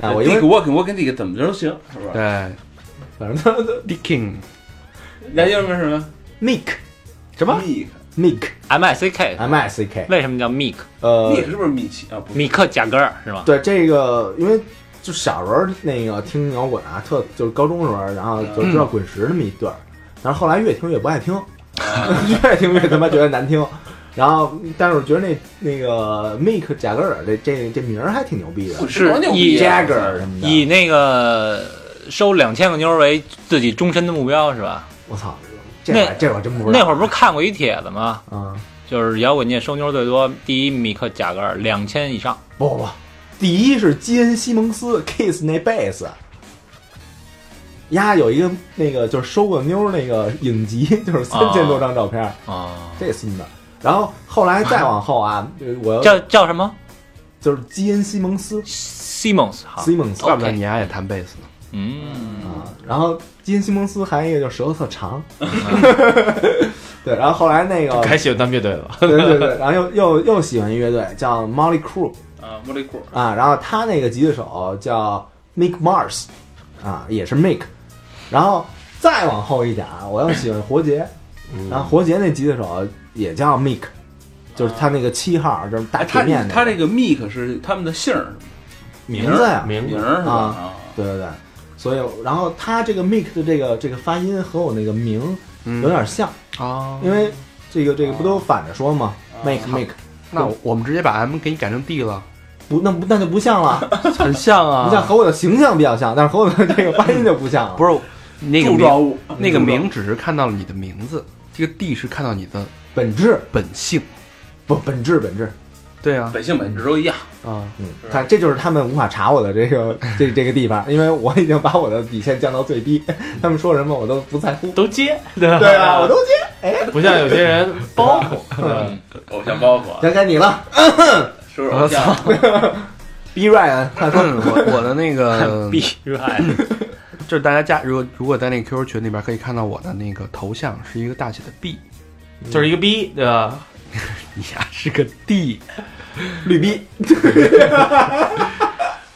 Speaker 3: 啊我
Speaker 6: 第
Speaker 3: 英
Speaker 6: 一个
Speaker 3: 文
Speaker 6: walking walking 这个怎么着都行，是吧？
Speaker 2: 对
Speaker 3: 反正他
Speaker 2: ，Dicking
Speaker 6: 来英文名是什么？
Speaker 3: Nick
Speaker 2: 什么？
Speaker 6: Nick
Speaker 3: Nick
Speaker 5: ，M I C K，
Speaker 3: M I C K
Speaker 5: 为什么叫 Mick？
Speaker 3: 呃
Speaker 6: Nick 是不是米奇啊？不是，
Speaker 5: 米克贾格尔是吗？
Speaker 3: 对这个因为。就小时候那个听摇滚啊，特就是高中时候，然后就知道滚石那么一对儿，但是后来越听越不爱听， 越听越他妈觉得难听。然后，但是我觉得那那个 Mick 贾格尔这这这名儿还挺牛逼的
Speaker 5: 是
Speaker 6: 多牛
Speaker 5: 以
Speaker 6: 逼啊
Speaker 3: Jagger 什么的。
Speaker 5: 以那个收两千个妞儿为自己终身的目标是吧？
Speaker 3: 我操，这会儿这会儿真不知道。
Speaker 5: 那会儿不是看过一帖子吗？
Speaker 3: 啊，
Speaker 5: 就是摇滚界收妞最多，第一米克贾格尔两千以上，
Speaker 3: 不不不，第一是基恩·西蒙斯 Kiss 那贝斯，丫有一个那个就是收过妞儿那个影集，就是三千多张照片，
Speaker 4: 哦
Speaker 5: 啊，
Speaker 3: 这新的。然后后来再往后啊，呃我要
Speaker 5: 叫叫什么
Speaker 3: 就是基恩·西蒙斯
Speaker 5: ？Simmons
Speaker 4: 啊
Speaker 5: 哈，
Speaker 3: 西蒙斯
Speaker 2: 怪不得你丫也弹贝斯呢。
Speaker 5: 嗯，
Speaker 3: 啊，然后基恩·西蒙斯还有一个就是舌头特长， 对，然后后来那个
Speaker 4: 嗯改喜欢当乐队了。
Speaker 3: 对对对，然后又又又喜欢一乐队叫 Molly Crew，
Speaker 6: 啊，茉莉裤。
Speaker 3: 啊，然后他那个吉他手叫 Mick Mars，啊，也是 Mick，然后再往后一点啊，我又喜欢活结，
Speaker 6: 嗯
Speaker 3: 然后活结那吉他手也叫 Mick，就是他那个七号，就是大
Speaker 6: 哎，
Speaker 3: 铁
Speaker 6: 他
Speaker 3: 面那个
Speaker 6: 他这个 Mick 是他们的姓儿
Speaker 3: 名字呀，
Speaker 4: 名
Speaker 6: 名儿是吧？
Speaker 3: 啊
Speaker 6: 啊，
Speaker 3: 对对对，所以然后他这个 Mick 的这个这个发音和我那个名
Speaker 2: 嗯
Speaker 6: 嗯
Speaker 3: 有点像，
Speaker 2: 啊
Speaker 3: 嗯因为这个这个不都反着说吗？Mick
Speaker 6: 嗯
Speaker 3: Mick，
Speaker 2: 那我们直接把 M 给你改成 D 了，
Speaker 3: 不那不那就不像
Speaker 6: 嗯
Speaker 3: 了，
Speaker 2: 很像啊。
Speaker 3: 不像和我的形象比较像，但是和我的这个发音就不像了。
Speaker 2: 不是那个
Speaker 6: 柱状
Speaker 2: 名，
Speaker 6: 物，
Speaker 2: 那个名只是看到了你的名字，这个 D 是看到你的
Speaker 3: 本质
Speaker 2: 本性。
Speaker 3: 不本质本质。
Speaker 2: 对啊，
Speaker 6: 本性本质都一样。
Speaker 2: 啊，
Speaker 3: 嗯，看这就是他们无法查我的这个这这个地方，因为我已经把我的底线降到最低，他们说什么我都不在 乎，
Speaker 4: 都接，
Speaker 3: 对吧？我都接。哎
Speaker 4: 不像有些 人包袱，
Speaker 3: 嗯
Speaker 6: 偶像包袱，
Speaker 3: 该该你了
Speaker 6: 是不是偶像？
Speaker 3: ，B Ryan，他说
Speaker 2: 嗯我我的那 个
Speaker 5: 必热爱
Speaker 2: 就是大家加，如果如果在那个 QQ 群里边可以看到我的那个头像是一个大写的 B，
Speaker 4: 就是一个逼，对吧？
Speaker 2: 你呀是个 D，
Speaker 3: 绿逼，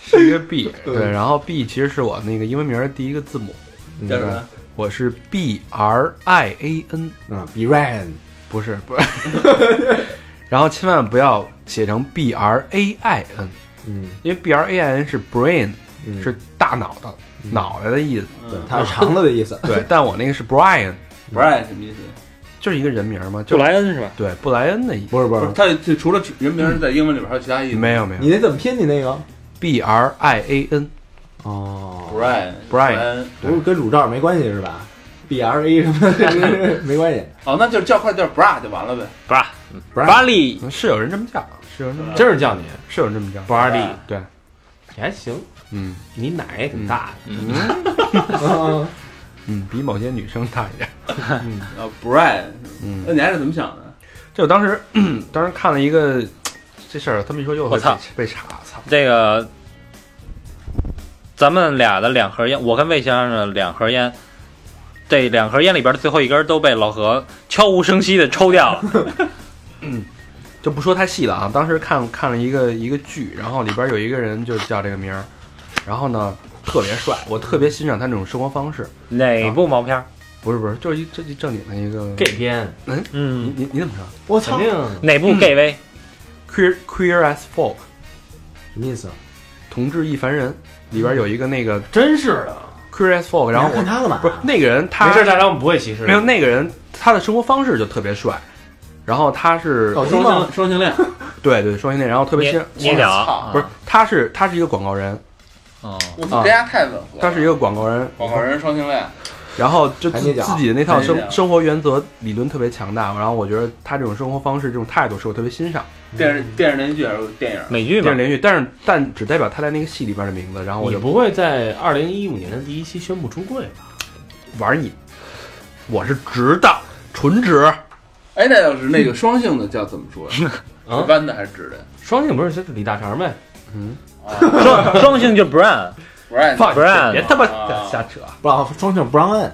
Speaker 2: 是一个 B，对，然后 B 其实是我那个英文名的第一个字母，
Speaker 3: 嗯
Speaker 6: 叫什么？
Speaker 2: 我是 B R I A N，
Speaker 3: 嗯，B Ryan，
Speaker 2: 不是不是， 然后千万不要写成 B R A I N，
Speaker 3: 嗯
Speaker 2: 因为 B R A I N 是 brain，
Speaker 3: 嗯，
Speaker 2: 是大脑的
Speaker 4: 嗯
Speaker 2: 脑袋的意思，
Speaker 3: 对，他是肠子的意思，
Speaker 2: 对，但我那个是 Brian，
Speaker 6: Brian 什么意思？
Speaker 2: 就是一个人名嘛，就
Speaker 9: 布莱恩是吧？
Speaker 2: 对布莱恩的意思，
Speaker 3: 不是不
Speaker 6: 不是，
Speaker 3: 是，
Speaker 6: 他这除了人名在英文里边还有其他意思？
Speaker 2: 没有没有
Speaker 3: 你那怎么拼你那个？
Speaker 2: B R I A N，
Speaker 3: 哦，
Speaker 6: ，Brian
Speaker 2: Brian
Speaker 3: 不是跟乳罩没关系是吧？B R A 什么的 没关系，
Speaker 6: 哦，那就是叫快叫 Bra 就完了呗。
Speaker 5: 巴利
Speaker 2: 是有人这么叫，
Speaker 4: 啊
Speaker 2: 是有人这么叫。
Speaker 4: 真是叫你
Speaker 2: 是有人这么叫，
Speaker 4: 不二弟，
Speaker 6: 啊
Speaker 2: 对，
Speaker 4: 你还行，
Speaker 2: 嗯
Speaker 4: 你奶也挺大的，
Speaker 3: 嗯
Speaker 2: 嗯，比某些女生大一点。
Speaker 6: 啊，Brian，
Speaker 2: 嗯
Speaker 6: 那你还是怎么想的？
Speaker 2: 这我当时 当时看了一个这事儿，这么一说又
Speaker 5: 我操
Speaker 2: 被被查，操！
Speaker 5: 这个，咱们俩的两盒烟，我跟魏先生的两盒烟，这两盒烟里边的最后一根都被老何悄无声息的抽掉了。
Speaker 2: 就不说太细了啊。当时看看了一个一个剧，然后里边有一个人就叫这个名儿，然后呢特别帅，我特别欣赏他那种生活方式。
Speaker 5: 哪部毛片儿？
Speaker 2: 不是不是，就是一这正经的一个。
Speaker 4: 这篇
Speaker 2: 你
Speaker 5: 嗯，
Speaker 2: 你你怎么说
Speaker 3: 我
Speaker 4: 肯
Speaker 3: 操，
Speaker 4: 定
Speaker 5: 哪部 gay
Speaker 4: 嗯
Speaker 5: 威？
Speaker 2: ？Queer Queer as Folk，
Speaker 3: 什么意思？
Speaker 2: 同志一凡人里边有一个那个
Speaker 4: 嗯真是的。
Speaker 2: Queer as Folk，然后
Speaker 3: 你
Speaker 2: 我
Speaker 3: 还看他干嘛？
Speaker 2: 不是那个人他
Speaker 4: 没事，大张我们不会歧视
Speaker 2: 没。有那个人，他的生活方式就特别帅，然后他是、
Speaker 4: 哦
Speaker 3: 搞基
Speaker 6: 双
Speaker 3: 吗？
Speaker 6: 性双性 恋，
Speaker 2: 对对双性恋，然后特别
Speaker 5: 你
Speaker 2: 欣，
Speaker 5: 你了？
Speaker 2: 不是他是他是一个广告人，
Speaker 5: 哦，
Speaker 6: 我操，这家太冷了。
Speaker 2: 他是一个广告人，
Speaker 6: 广告人双性恋，
Speaker 2: 然后就自
Speaker 3: 还捏脚
Speaker 2: 自己的那套
Speaker 6: 还捏
Speaker 2: 生
Speaker 6: 脚
Speaker 2: 生活原则理论特别强大，然后我觉得他这种生活方式、这种态度是我特别欣赏。
Speaker 6: 电视电视连续剧还是电影？
Speaker 5: 美剧
Speaker 2: 电
Speaker 5: 吧
Speaker 2: 视，连续，但是但只代表他在那个戏里边的名字，然后我
Speaker 4: 你
Speaker 2: 就
Speaker 4: 不会在二零一五年的第一期宣布出柜吧？
Speaker 2: 玩你，我是直的，纯直。
Speaker 6: 哎，那要是那个双性的叫怎么 说呀？
Speaker 4: 啊
Speaker 6: 是弯的还是直的？
Speaker 4: 双性不是就是李大肠呗？
Speaker 5: 双双性就不让，
Speaker 6: 不是，
Speaker 5: 不让
Speaker 2: 别他妈
Speaker 6: 啊
Speaker 2: 瞎扯，
Speaker 3: 不让双手不让 摁，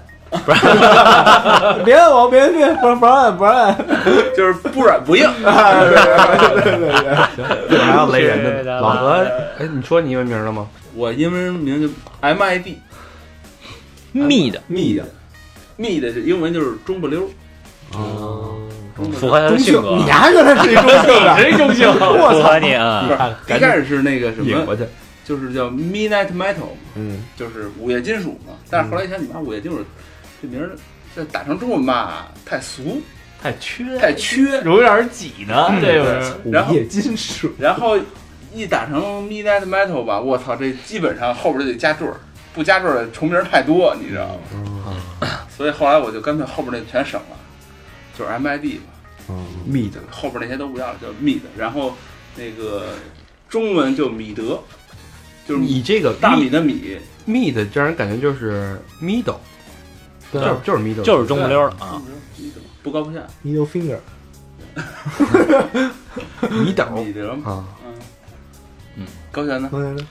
Speaker 3: 别摁我，别别不不让摁，不让摁，
Speaker 6: 就是不软不硬。
Speaker 3: 对对对对，
Speaker 2: 还要雷人
Speaker 5: 是
Speaker 2: 的。
Speaker 5: 的
Speaker 2: 老何，哎，你说你英文名了吗？
Speaker 6: 我英文名就 MID，
Speaker 5: 密的，
Speaker 3: 密的，
Speaker 6: 密的是英文就是中不溜，中不
Speaker 5: 啊符
Speaker 6: 溜。
Speaker 5: 合他的
Speaker 3: 中
Speaker 5: 性
Speaker 3: 性，
Speaker 5: 格
Speaker 3: 你，还觉得是一中性 的？
Speaker 5: 谁 中性？符合你啊
Speaker 6: 不，是，一开始是那个
Speaker 1: 嗯
Speaker 6: 什
Speaker 2: 引
Speaker 6: 么
Speaker 2: 过，去，
Speaker 6: 就是叫 Midnight Metal，
Speaker 3: 嗯，
Speaker 6: 就是午夜金属嘛。但是后来一想，你妈午夜金属这名儿，这打成中文吧，太俗，
Speaker 4: 太哎缺，
Speaker 6: 太缺。
Speaker 4: 容易让人挤
Speaker 2: 嗯
Speaker 4: 呢，这个
Speaker 5: 嗯
Speaker 4: 是。
Speaker 3: 午
Speaker 6: 然后
Speaker 3: 夜金属，
Speaker 6: 然后一打成 Midnight Metal 吧，我操，这基本上后边就得加坠儿，不加坠儿重名儿太多，你知道吗？
Speaker 3: 嗯
Speaker 6: 所以后来我就干脆后边那全省了，就是 MID 吧，
Speaker 3: 密的，
Speaker 6: 后边那些都不要了，叫 Mid。然后那个中文就米德，就是
Speaker 2: 你这个
Speaker 6: 大米的米，
Speaker 2: mid 让人感觉就是 middle，就
Speaker 5: 对
Speaker 2: 是就是 middle，
Speaker 5: 就是中不溜了
Speaker 4: 嗯
Speaker 5: 啊。
Speaker 6: 米德不高不下，
Speaker 3: middle finger，
Speaker 2: middle
Speaker 6: 米德
Speaker 2: 啊。
Speaker 6: 嘛。嗯，高璇呢？
Speaker 3: 同学呢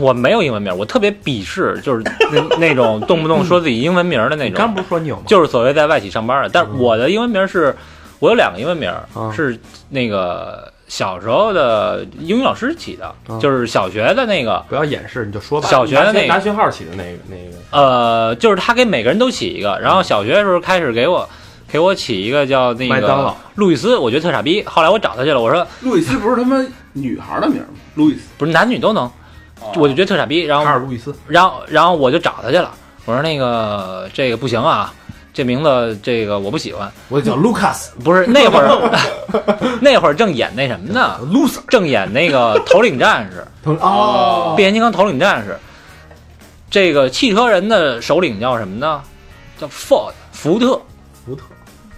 Speaker 5: 我没有英文名，我特别鄙视，就是那那种动不动说自己英文名的那
Speaker 2: 你刚
Speaker 5: 种，
Speaker 2: 不是说你有吗？
Speaker 5: 就是所谓在外企上班的。但
Speaker 4: 嗯
Speaker 5: 是我的英文名是，我有两个英文名
Speaker 2: 啊
Speaker 5: 是那个小时候的英语老师起的
Speaker 4: 嗯
Speaker 2: 啊，
Speaker 5: 就是小学的那个，
Speaker 2: 不要掩饰，你就说吧。
Speaker 5: 小学的那
Speaker 4: 拿
Speaker 5: 个，
Speaker 4: 学号起的那个那个，
Speaker 5: 呃，就是他给每个人都起一个，然后小学的时候开始给我。给我起一个叫那
Speaker 2: 麦当劳
Speaker 5: 个路易斯，我觉得特傻逼。后来我找他去了，我说
Speaker 6: 路易斯不是他妈女孩儿的名儿吗？路易斯，
Speaker 5: 不是男女都能，
Speaker 2: 哦
Speaker 5: 我就觉得特傻逼。然后
Speaker 2: 卡尔路易斯，
Speaker 5: 然后然后我就找他去了，我说那个这个不行啊，这名字这个我不喜欢。
Speaker 3: 我叫 Lucas，
Speaker 5: 不是那会儿 那会儿 正演那什么呢，loser，正演那个头领 战士，
Speaker 3: 同哦，
Speaker 5: 变形金刚头领战士。这个汽车人的首领叫什么呢？叫 Ford 福特。
Speaker 3: 福特，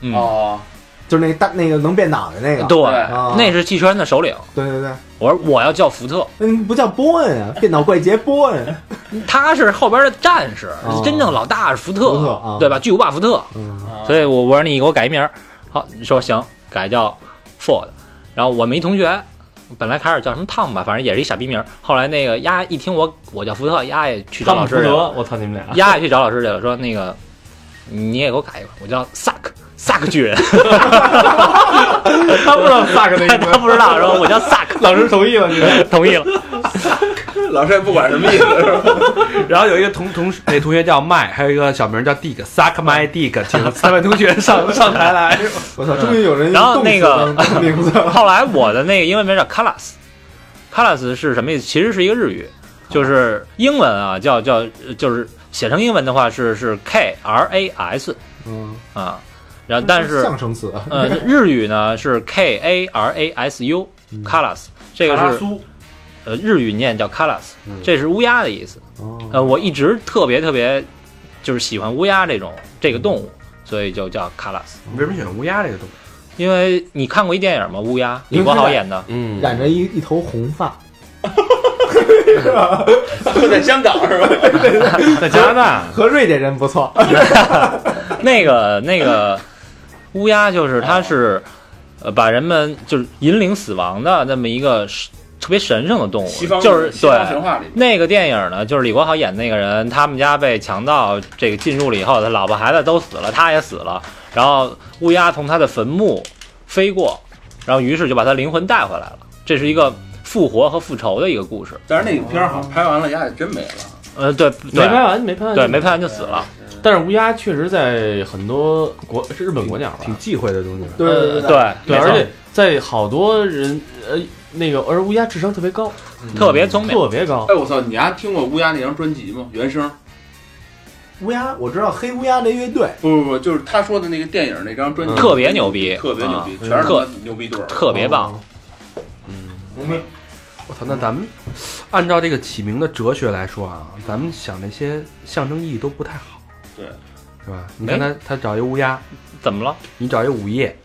Speaker 5: 嗯，
Speaker 6: 哦，
Speaker 3: 就是那大那个能变脑袋那个，
Speaker 5: 对，
Speaker 3: 啊
Speaker 5: 那是汽车人的首领。
Speaker 3: 对对对，
Speaker 5: 我说我要叫福特，
Speaker 3: 那你不叫波恩啊，电脑怪杰波恩，
Speaker 5: 他是后边的战士，
Speaker 3: 哦
Speaker 5: 真正老大是福特，
Speaker 3: 福特啊
Speaker 5: 对吧？巨无霸福特。
Speaker 3: 嗯，
Speaker 5: 所以我我说你给我改一名儿，好，你说行，改叫 Ford。然后我们一同学，本来开始叫什么烫吧，反正也是一傻逼名儿。后来那个丫一听我我叫福特，丫也去找
Speaker 4: 汤
Speaker 5: 老
Speaker 4: 姆
Speaker 5: 师
Speaker 4: 福
Speaker 5: 去了，
Speaker 4: 德，我操你们俩！
Speaker 5: 丫也去找老师去了，说那个你也给我改一个，我叫萨克萨克巨人，
Speaker 4: 他不知道萨 克的意
Speaker 5: 他不知道，然后我叫萨克，
Speaker 4: 老师同意了，你
Speaker 5: 同意了。
Speaker 6: 老师也不管什么意思，是吧？
Speaker 2: 然后有一个同同那同学叫麦，还有一个小名叫 Dick，Suck my Dick，请三位同学上上台来。
Speaker 3: 我操，终于有人
Speaker 5: 然后
Speaker 3: 用动
Speaker 5: 那
Speaker 3: 词
Speaker 5: 个
Speaker 3: 当名字 了，
Speaker 5: 后来我的那个英文名叫 Kalas。Kalas 是什么意思？其实是一个日语，就是英文啊，叫叫就是写成英文的话是是 K R A S
Speaker 3: 嗯，
Speaker 5: 啊，然后但是
Speaker 3: 象声词，
Speaker 5: 呃日语呢是 K A R A S U Kalas，这个是
Speaker 6: 苏，
Speaker 5: 呃日语念叫 Kalas，这是乌鸦的意思。
Speaker 3: 哦，
Speaker 5: 呃，我一直特别特别就是喜欢乌鸦这种这个动物，所以就叫 Kalas。
Speaker 2: 你为什么选乌鸦这个动物？
Speaker 5: 因为你看过一电影吗？乌鸦，李
Speaker 3: 林
Speaker 5: 国
Speaker 3: 志
Speaker 5: 豪
Speaker 3: 伟
Speaker 5: 演的。
Speaker 4: 嗯，
Speaker 3: 染着一一头红发，
Speaker 6: 在香港是吧？
Speaker 4: 在加 拿大，
Speaker 3: 和瑞典人不错，
Speaker 5: 呃那个那个乌鸦就是它是，呃，把人们就是引领死亡的那么一个神特别神圣的动物
Speaker 6: 西方，
Speaker 5: 就是
Speaker 6: 西方神
Speaker 5: 对。
Speaker 6: 话里面
Speaker 5: 那个电影呢，就是李国豪演那个人，他们家被强盗这个进入了以后，他老婆孩子都死了，他也死了，然后乌鸦从他的坟墓飞过，然后于是就把他灵魂带回来了。这是一个复活和复仇的一个故事。
Speaker 6: 但是那个片儿好像拍完了，丫也真没了。
Speaker 5: 呃，对
Speaker 4: 没拍
Speaker 5: 对
Speaker 4: 完，没拍完，
Speaker 5: 对，没拍完就死了。
Speaker 4: 但是乌鸦确实在很多国是日本国鸟吧，
Speaker 2: 挺忌讳的东西。
Speaker 3: 对对，
Speaker 5: 呃，对
Speaker 4: 对，
Speaker 5: 没错
Speaker 4: 而且在好多人呃那个，而乌鸦智商特别高，
Speaker 5: 特别聪明。
Speaker 4: 特别高。
Speaker 6: 哎，我操，你丫听过乌鸦那张专辑吗？原声？
Speaker 3: 乌鸦，我知道黑乌鸦这乐队，
Speaker 6: 不不不，就是他说的那个电影那张专
Speaker 5: 嗯
Speaker 6: 辑，嗯
Speaker 5: 特别牛逼嗯
Speaker 6: 特别牛逼，全是他妈牛逼对儿。
Speaker 5: 特别棒。
Speaker 6: 我们
Speaker 2: 我操，那咱们按照这个起名的哲学来说啊，咱们想那些象征意义都不太好，
Speaker 6: 对
Speaker 2: 对吧？你看他他找一乌鸦，
Speaker 5: 怎么了？
Speaker 2: 你找一午夜，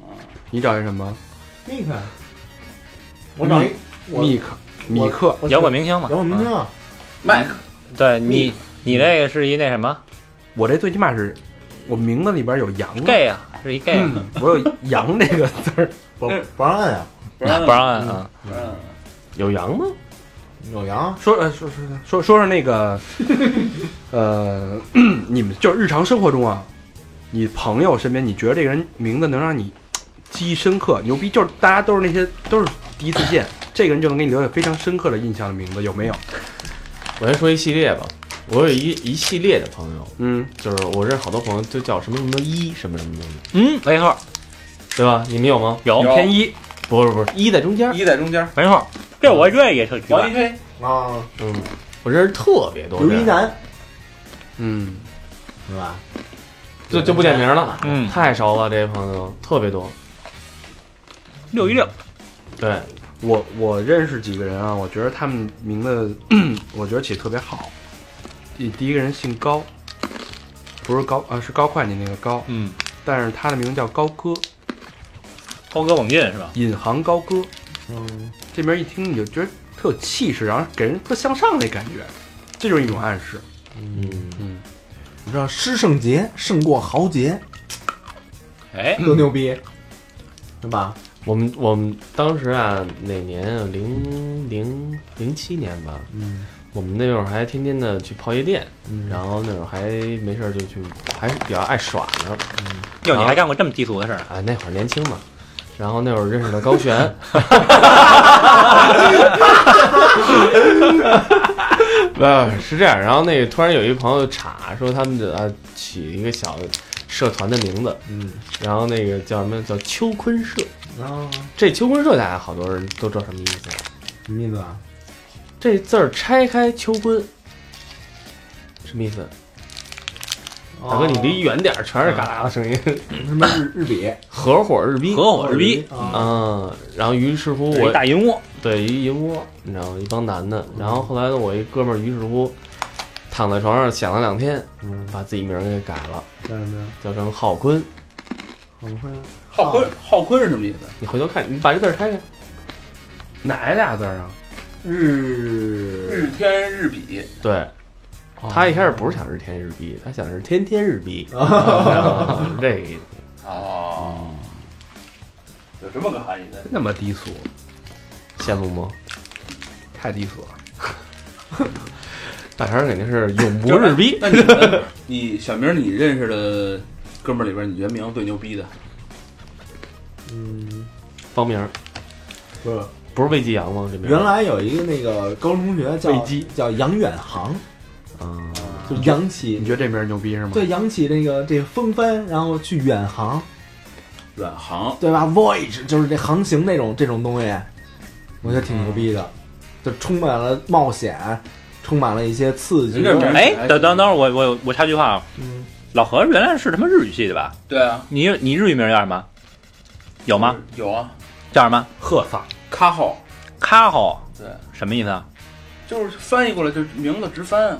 Speaker 3: 啊
Speaker 2: 你找一什么
Speaker 3: 那个，我找一我
Speaker 2: 密克米克，
Speaker 3: 我
Speaker 5: 嗯摇滚明星嘛
Speaker 3: 摇，滚明星啊，
Speaker 6: 麦克
Speaker 5: 对你你那个是一那什么
Speaker 2: 我这最起码是我名字里边有羊啊，
Speaker 5: gay 啊，是一 gay，
Speaker 2: 嗯我有羊这个字儿，
Speaker 3: 不
Speaker 4: 哎
Speaker 3: 不让按啊，
Speaker 6: 不让
Speaker 5: 不让按啊。
Speaker 6: 不让
Speaker 4: 有羊吗？
Speaker 3: 有羊，
Speaker 2: 说呃说说说说说那个，呃， 你们就是日常生活中啊，你朋友身边，你觉得这个人名字能让你记忆深刻、牛逼，就是大家都是那些都是第一次见，这个人就能给你留下非常深刻的印象的名字，有没有？
Speaker 4: 我先说一系列吧。我有一一系列的朋友，
Speaker 2: 嗯
Speaker 4: 就是我认识好多朋友都叫什么什么一什么什么东西，
Speaker 5: 嗯，没错，
Speaker 4: 对吧？你们有吗？
Speaker 5: 有
Speaker 6: 有
Speaker 2: 偏一
Speaker 4: 不是不是，一在中间。
Speaker 6: 一在中间，
Speaker 5: 没错，这我这也是
Speaker 6: 王一飞，
Speaker 3: 啊，
Speaker 4: 嗯，我认识特别多。
Speaker 3: 刘一，男
Speaker 2: 嗯，
Speaker 3: 是吧？
Speaker 4: 就就不点名了，
Speaker 5: 嗯，
Speaker 4: 太熟了，这些朋友特别多。
Speaker 5: 六一六，
Speaker 4: 对，
Speaker 2: 我我认识几个人啊，我觉得他们名字， 我觉得起得特别好。第第一个人姓高，不是高啊，是高会计那个高，
Speaker 5: 嗯，
Speaker 2: 但是他的名字叫高歌。
Speaker 5: 高歌猛进是吧？
Speaker 2: 引吭高歌，
Speaker 3: 嗯，
Speaker 2: 这名一听你就觉得特有气势，然后给人特向上那感觉，这就是一种暗示。
Speaker 4: 嗯，
Speaker 3: 你知道师胜杰胜过豪杰
Speaker 5: 哎，
Speaker 4: 嗯
Speaker 3: 多牛逼，对吧？
Speaker 4: 我们我们当时啊，哪年啊？零零零七年吧。
Speaker 3: 嗯
Speaker 4: 我们那会儿还天天的去泡夜店，
Speaker 3: 嗯
Speaker 4: 然后那会儿还没事儿就去，还是比较爱耍呢。
Speaker 5: 哟，你还干过这么低俗的事儿啊？
Speaker 4: 啊，那会儿年轻嘛。然后那会儿认识的高璇， 呃，是这样。然后那个突然有一朋友查说他们的啊起一个小的社团的名字，
Speaker 3: 嗯，
Speaker 4: 然后那个叫什么叫秋坤社。
Speaker 5: 嗯
Speaker 3: 然后
Speaker 4: 这秋坤社大家好多人都知道什么意思啊。
Speaker 3: 什么意思啊？
Speaker 4: 这字儿拆开秋坤，什么意思？大哥，你离远点儿，全是嘎啦的声音。
Speaker 3: 哦 什么日日比
Speaker 4: 合伙日逼，
Speaker 5: 合伙日逼，
Speaker 3: 啊？
Speaker 4: 嗯，然后于是乎
Speaker 5: 一
Speaker 4: 我
Speaker 5: 大银窝，
Speaker 4: 对一银窝，你知道吗？一帮男的。然后后来呢，我一哥们儿于是乎躺在床上想了两天，
Speaker 3: 嗯，
Speaker 4: 把自己名儿给改了，
Speaker 3: 叫什么呀？
Speaker 4: 叫成浩坤。
Speaker 3: 好快乐
Speaker 6: 浩坤，浩坤是什么意思？
Speaker 4: 你回头看，你把这字儿拆开，
Speaker 2: 哪俩字儿啊？
Speaker 3: 日
Speaker 6: 日天日比，
Speaker 4: 对。
Speaker 2: 哦
Speaker 4: 他一开始不是想日天日逼，他想是天天日 逼，然后是 这个意思。
Speaker 5: 嗯
Speaker 6: 哦，有这么个含义在。
Speaker 2: 那么低俗，
Speaker 4: 羡慕吗？
Speaker 2: 太低俗了。
Speaker 4: 大肠肯定是 永不日逼。
Speaker 6: 那你们，你小明，你认识的哥们儿里边，你觉得名字最牛逼的？
Speaker 3: 嗯，
Speaker 4: 方明儿
Speaker 3: 不是。
Speaker 4: 不是魏继阳吗？这名儿
Speaker 3: 原来有一个那个高中同学叫
Speaker 2: 魏姬
Speaker 3: 叫杨远航，
Speaker 4: 嗯，
Speaker 3: 就扬
Speaker 2: 你
Speaker 3: 起
Speaker 2: 觉得这名儿牛逼是吗？
Speaker 3: 对扬起那个这个风帆，然后去远航，
Speaker 6: 阮航，
Speaker 3: 对吧？Voyage 就是这航行那种这种东西，我觉得挺牛逼的，就充满了冒险，充满了一些刺激
Speaker 6: 人。家名儿
Speaker 5: 哎，等等等会儿，我我我插句话啊，
Speaker 3: 嗯，
Speaker 5: 老何原来是他妈日语系的吧？
Speaker 6: 对啊，
Speaker 5: 你你日语名叫什么？有
Speaker 6: 有
Speaker 5: 吗？？
Speaker 6: 有啊，
Speaker 5: 叫什么？
Speaker 2: 赫萨，
Speaker 6: 卡浩，
Speaker 5: 卡吼
Speaker 6: 对，
Speaker 5: 什么意思啊？
Speaker 6: 就是翻译过来就是名字直翻啊，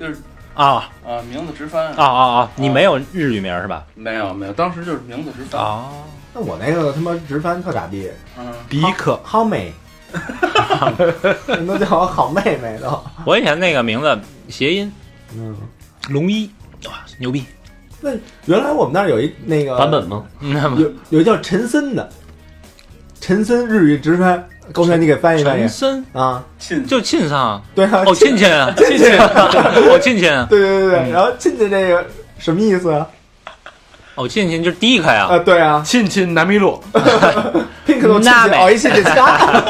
Speaker 6: 就是
Speaker 5: 啊
Speaker 6: 啊，名字直翻
Speaker 5: 啊啊啊！你没有日语名是吧？
Speaker 6: 没有没有，当时就是名字直翻。
Speaker 5: 啊，
Speaker 3: 那我那个他妈直翻特傻逼，
Speaker 6: 嗯，
Speaker 2: 比克，
Speaker 3: 好妹，人都叫我好妹妹都。
Speaker 5: 我以前那个名字谐音
Speaker 3: 嗯，
Speaker 5: 龙一，哇，牛逼！
Speaker 3: 那原来我们那儿有一那个
Speaker 4: 版本吗？
Speaker 5: 那么
Speaker 3: 有有一叫陈森的，陈森日语直翻，高璇你给翻译翻
Speaker 5: 陈
Speaker 3: 译
Speaker 5: 森
Speaker 3: 啊？
Speaker 6: 亲
Speaker 5: 就亲桑，
Speaker 3: 对啊，
Speaker 5: 哦，亲亲啊，亲亲， 哦，亲亲，
Speaker 3: 对对对对，然后亲戚这个什么意思啊？
Speaker 5: 哦，亲亲就是第一开啊
Speaker 3: 啊，，对啊
Speaker 2: 亲亲南麋鹿，
Speaker 3: ，pink 都亲戚
Speaker 5: 那呗
Speaker 3: 哦，一亲 戚家，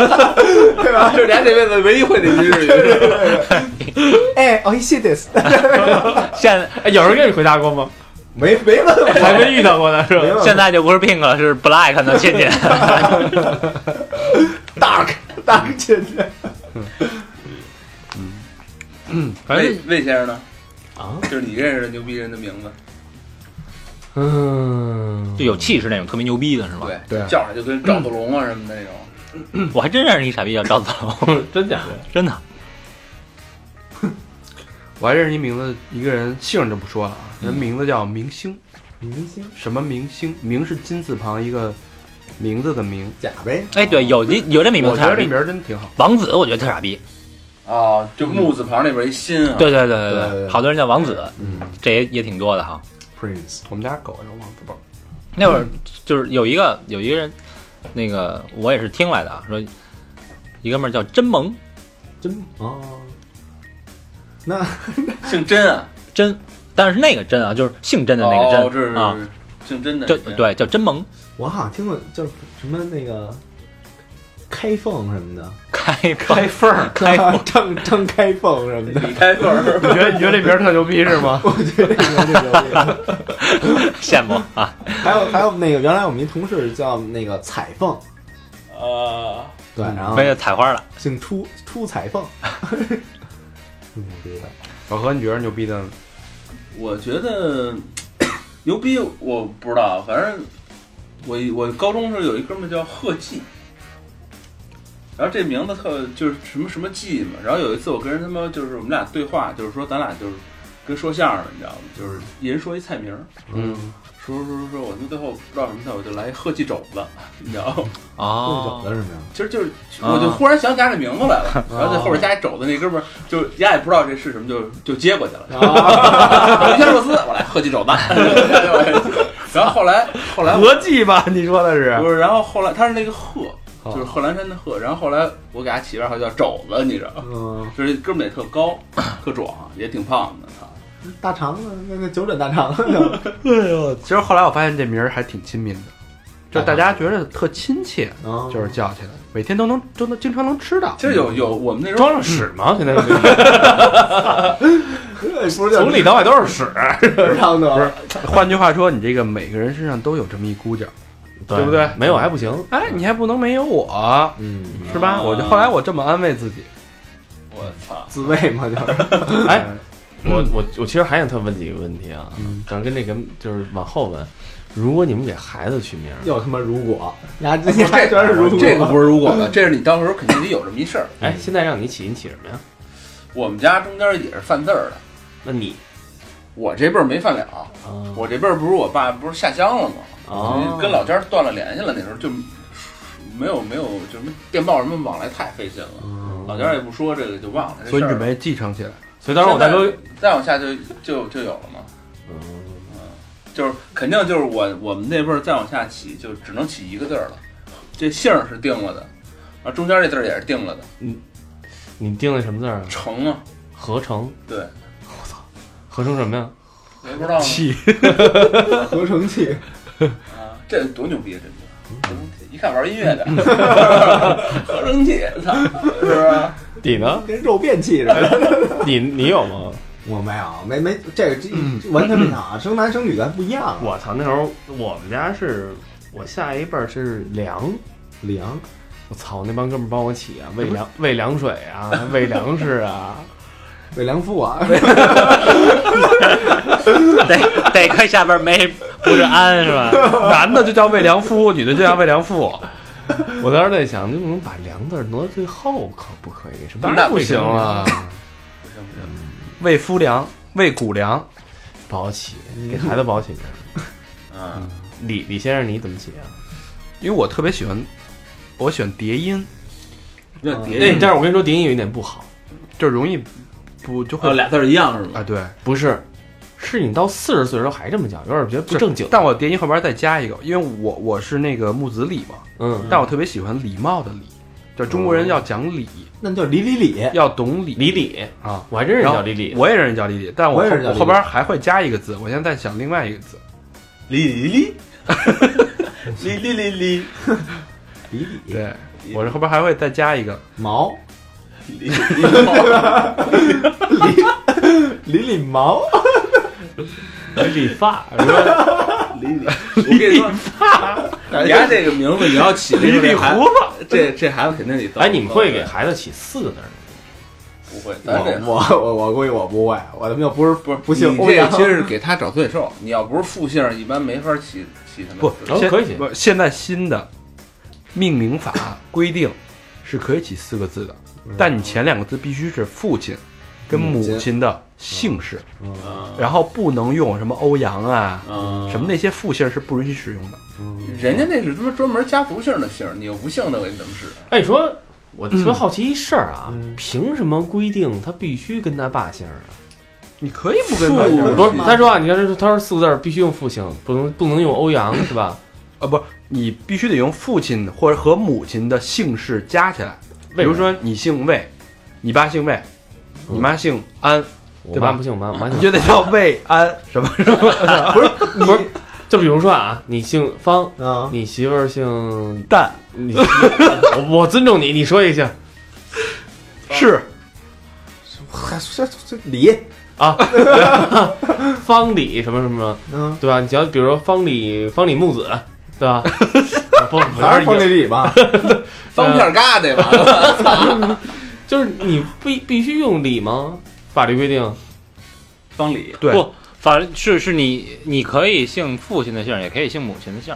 Speaker 3: 对吧？
Speaker 6: 这是俩这辈子唯一会的一 句日语。
Speaker 3: 哎，哦，一亲戚，
Speaker 5: 现在
Speaker 4: 哎，有 人给你回答过吗？
Speaker 3: 没没问我，
Speaker 4: 还没遇到过呢，是吧？
Speaker 3: 没问
Speaker 5: 现在就不是 pink 了，是 black 的亲亲。
Speaker 3: dark dark 亲戚，
Speaker 5: 哎
Speaker 2: 反
Speaker 6: 魏
Speaker 2: 正
Speaker 6: 魏先生呢？
Speaker 4: 啊，
Speaker 6: 就是你认识的牛逼人的名字，
Speaker 4: 嗯，
Speaker 5: 就有气势那种特别牛逼的是吗？
Speaker 6: 对
Speaker 2: 对
Speaker 6: 叫上就跟赵子龙啊什么的那种，
Speaker 5: 我还真认识一傻逼叫赵子龙，
Speaker 4: 真假
Speaker 5: 真的。
Speaker 2: 我还认识一名字，一个人姓就不说了啊，人名字叫明星，
Speaker 3: 明星
Speaker 2: 什么明星？明是金字旁一个名字的名。
Speaker 3: 假呗，
Speaker 5: 哎，对，有这有这么一名
Speaker 2: 我
Speaker 5: 特
Speaker 2: 觉
Speaker 5: 傻
Speaker 2: 得这
Speaker 5: 逼
Speaker 2: 名，儿真挺好。
Speaker 5: 王子，我觉得特傻逼。
Speaker 6: 啊，就木字旁那边一心啊，
Speaker 5: 对对对对
Speaker 3: 对对
Speaker 5: 好多人叫王子，
Speaker 3: 嗯
Speaker 5: 这也也挺多的哈。
Speaker 3: ，Prince，
Speaker 2: 我们家狗叫王子宝，
Speaker 5: 那会儿就是有一个有一个人，那个我也是听来的啊，说一哥们儿叫真萌
Speaker 3: 真哦，
Speaker 6: 姓甄啊，
Speaker 5: 真，但是那个真啊，就是姓甄的那
Speaker 6: 哦
Speaker 5: 个
Speaker 6: 这
Speaker 5: 真、啊，
Speaker 6: 是姓甄的，
Speaker 5: 这对叫真萌
Speaker 3: 我好像听过叫什么那个开缝什么的，
Speaker 5: 开开
Speaker 2: 缝儿。
Speaker 5: 开 缝
Speaker 3: 张张开缝什 么的，
Speaker 6: 李开 凤，
Speaker 2: 你觉得你觉得这名儿特牛逼是吗？
Speaker 3: 我觉得这个牛逼。
Speaker 5: 羡慕啊！
Speaker 3: 还有还有那个，原来我们一同事叫那个彩凤，
Speaker 6: 啊，
Speaker 3: 对，然后
Speaker 5: 没有采花了，
Speaker 3: 姓出出彩 凤，挺牛逼的。
Speaker 2: 小何，你觉得牛逼的呢？
Speaker 6: 我觉得呃牛逼，我不知道，反正我我高中时候有一哥们儿叫贺记，然后这名字特就是什么什么记嘛。然后有一次我跟人他妈就是我们俩对话，就是说咱俩就是跟说相声，你知道吗？就是一人说一菜名儿，
Speaker 2: 嗯，
Speaker 6: 说说说说，我他妈最后不知道什么菜，我就来一贺记肘子，你知道吗？
Speaker 5: 哦
Speaker 3: 更，的是什么呀？
Speaker 6: 其实就是，
Speaker 5: 啊
Speaker 6: 我就忽然想起来这名字来 了，然后在后边加一肘子那哥们儿，就丫也不知道这是什么，就就接过去了。
Speaker 2: 啊
Speaker 6: 我天若斯， 我来喝 几肘子。然后后来后来
Speaker 2: 合计吧，你说的是哦
Speaker 6: 不是，然后后来他是那个贺，就是贺兰山的贺。然后后来我给他起外号叫肘子，你知道吗？
Speaker 3: 嗯，
Speaker 6: 就是哥们儿也特 高，特壮，也挺胖的。操
Speaker 2: 嗯
Speaker 3: 大肠子，那那九转大肠子，
Speaker 2: 其实后来我发现这名儿还挺亲民的，就是大家觉得特亲切，
Speaker 3: 嗯
Speaker 2: 就是叫起来，每天都能都能经常能吃到。嗯
Speaker 6: 其实有有我们那时候
Speaker 4: 装上屎吗？现 在
Speaker 3: 不是叫
Speaker 4: 从里到外都是屎，
Speaker 3: 直肠子，
Speaker 2: 不是 换句话说，你这个每个人身上都有这么一姑角，对不对？
Speaker 4: 没有还不行。
Speaker 2: 哎，你还不能没有我，
Speaker 3: 嗯，
Speaker 2: 是吧？我就后来我这么安慰自己，
Speaker 6: 我操，
Speaker 3: 自慰嘛，就是
Speaker 4: 哎，我
Speaker 2: 嗯
Speaker 4: 我我其实还想特问几个问题啊，但是跟那个就是往后问。如果你们给孩子取名儿，
Speaker 3: 又他妈如果，呀，这还全是如果，
Speaker 6: 哎这个不是如果的，这是你到时候肯定得有这么一事儿。
Speaker 2: 嗯
Speaker 4: 哎，现在让你起，你起什么呀？
Speaker 6: 我们家中间也是犯字儿的，
Speaker 4: 那你
Speaker 6: 我这辈儿没犯了。
Speaker 4: 啊
Speaker 6: 我这辈儿不是我爸不是下乡了吗？
Speaker 4: 哦
Speaker 6: 跟老家儿断了联系了，那时候就没有没有就什么电报什么往来太费劲了，老家儿也不说这个就忘了。这
Speaker 2: 所以
Speaker 6: 事
Speaker 2: 你
Speaker 6: 儿
Speaker 2: 准备继承起来。
Speaker 4: 所以当时我大哥，
Speaker 6: 再往下就就就有了嘛，
Speaker 4: 嗯
Speaker 6: 就是肯定就是我我们那辈儿再往下起就只能起一个字儿了，这姓儿是定了的，啊中间这字儿也是定了的，
Speaker 4: 你定的什么字儿啊？
Speaker 6: 成啊，
Speaker 4: 合成，
Speaker 6: 对，
Speaker 4: 合成什么呀？
Speaker 6: 我也不知道呢
Speaker 3: 合成器，
Speaker 6: 啊，这多牛逼啊，这名字合成器一看玩音乐的， 合成器，操，是不是？
Speaker 4: 你
Speaker 2: 啊
Speaker 4: 呢？
Speaker 3: 跟肉便器似的。
Speaker 4: 你你有吗？
Speaker 3: 我没有，没没，这个这完全不一样啊，生男生女咱不一样。
Speaker 4: 我操，那时候我们家是我下一辈儿是粮，
Speaker 3: 凉，
Speaker 4: 我操，那帮哥们儿帮我起啊，
Speaker 2: 哎
Speaker 4: 喂粮喂粮水啊，喂粮食啊，
Speaker 3: 伪良夫啊，
Speaker 5: 得得看下边没不是安是吧？
Speaker 2: 男的就叫魏良夫，女的就叫魏良妇，
Speaker 4: 我当时在想，能不能把“粮”字挪到最后，可不啊可以？什么
Speaker 6: 当然
Speaker 2: 不行啊了，
Speaker 6: 不行不行。
Speaker 2: 魏夫良、魏谷良，
Speaker 4: 不好起，给孩子不好起名。
Speaker 6: 嗯，
Speaker 4: 李李先生，你怎么起啊？
Speaker 2: 因为我特别喜欢，我喜欢叠音，
Speaker 6: 那
Speaker 2: 嗯
Speaker 4: 哎，但是我跟你说，音有一点不好，
Speaker 2: 就容易不就会
Speaker 6: 哦，俩字儿一样是吗？
Speaker 2: 啊对。
Speaker 4: 不是，是你到四十岁的时候还这么叫，有点觉得不正经。
Speaker 2: 但我叠音后边再加一个，因为我我是那个木子李嘛，
Speaker 4: 嗯，哦
Speaker 2: 但我特别喜欢礼貌的礼，就中国人要讲礼，
Speaker 3: 那叫李李李，
Speaker 2: 要懂礼
Speaker 4: 李李，
Speaker 2: 啊。
Speaker 4: 我还真是
Speaker 2: 然
Speaker 4: 叫
Speaker 2: 后
Speaker 4: 李李。
Speaker 2: 我也认识叫李李，但我
Speaker 3: 我也
Speaker 2: 后
Speaker 3: 是叫李李
Speaker 2: 后边还会加一个字，我现在在想另外一个字，
Speaker 6: 哩哩哩， 哩哩哩哩
Speaker 3: 李李
Speaker 2: 对我这后边还会再加一个，
Speaker 3: 毛，
Speaker 6: 哩哩，
Speaker 3: 李李毛，
Speaker 4: 理发，
Speaker 6: 我跟你说， 你家这个名字你要起哩哩胡子，这这孩子肯定得
Speaker 4: 哎，你们会给孩子起四个字儿吗？
Speaker 6: 不会？咱这
Speaker 3: 我我我我估计我不会，我他妈又不是
Speaker 6: 不是
Speaker 3: 不姓
Speaker 6: 你
Speaker 3: 欧
Speaker 6: 这
Speaker 3: 阳，
Speaker 6: 其实是给他找罪受。你要不是复姓，一般没法起起他们。
Speaker 2: 不
Speaker 4: 哦
Speaker 2: 现
Speaker 4: 可以
Speaker 2: 不现在新的命名法规定是可以起四个字的，但你前两个字必须是父亲跟母亲的姓氏，
Speaker 6: 嗯
Speaker 2: 然后不能用什么欧阳啊，什么那些复姓是不允许使用的。
Speaker 3: 嗯
Speaker 6: 人家那是他妈专门加不姓的姓，你有不姓的，我给你怎么使？
Speaker 4: 哎，你说我
Speaker 2: 嗯
Speaker 4: 特别好奇一事儿啊，凭什么规定他必须跟他爸姓儿啊？
Speaker 2: 你可以不跟他姓
Speaker 4: 父不是，他说啊，你看这他说四个字儿必须用父姓，不能不能用欧阳是吧？
Speaker 2: 啊，不，你必须得用父亲或者和母亲的姓氏加起来。比如说你姓魏，你爸姓魏，你妈姓安，
Speaker 4: 我
Speaker 2: 对吧
Speaker 4: 妈不姓，我妈我妈
Speaker 2: 你
Speaker 4: 姓。
Speaker 2: 就得叫魏安什么什么
Speaker 4: 不是，就比如说啊，你姓方，
Speaker 3: 啊，
Speaker 4: 你媳妇儿姓，
Speaker 2: 蛋
Speaker 4: 你我我尊重你，你说一下
Speaker 2: 是
Speaker 3: 还这这李，
Speaker 4: 方李什么什么，
Speaker 3: 嗯，
Speaker 4: 对吧？你要比如说方李方李木子，对吧？不，不
Speaker 3: 还是
Speaker 4: 要
Speaker 3: 放那里吧，
Speaker 6: 方片疙瘩吧。
Speaker 4: 就是你必必须用李吗？法律规定，
Speaker 6: 方礼，
Speaker 2: 对
Speaker 5: 不，反正是是你你可以姓父亲的姓，也可以姓母亲的姓，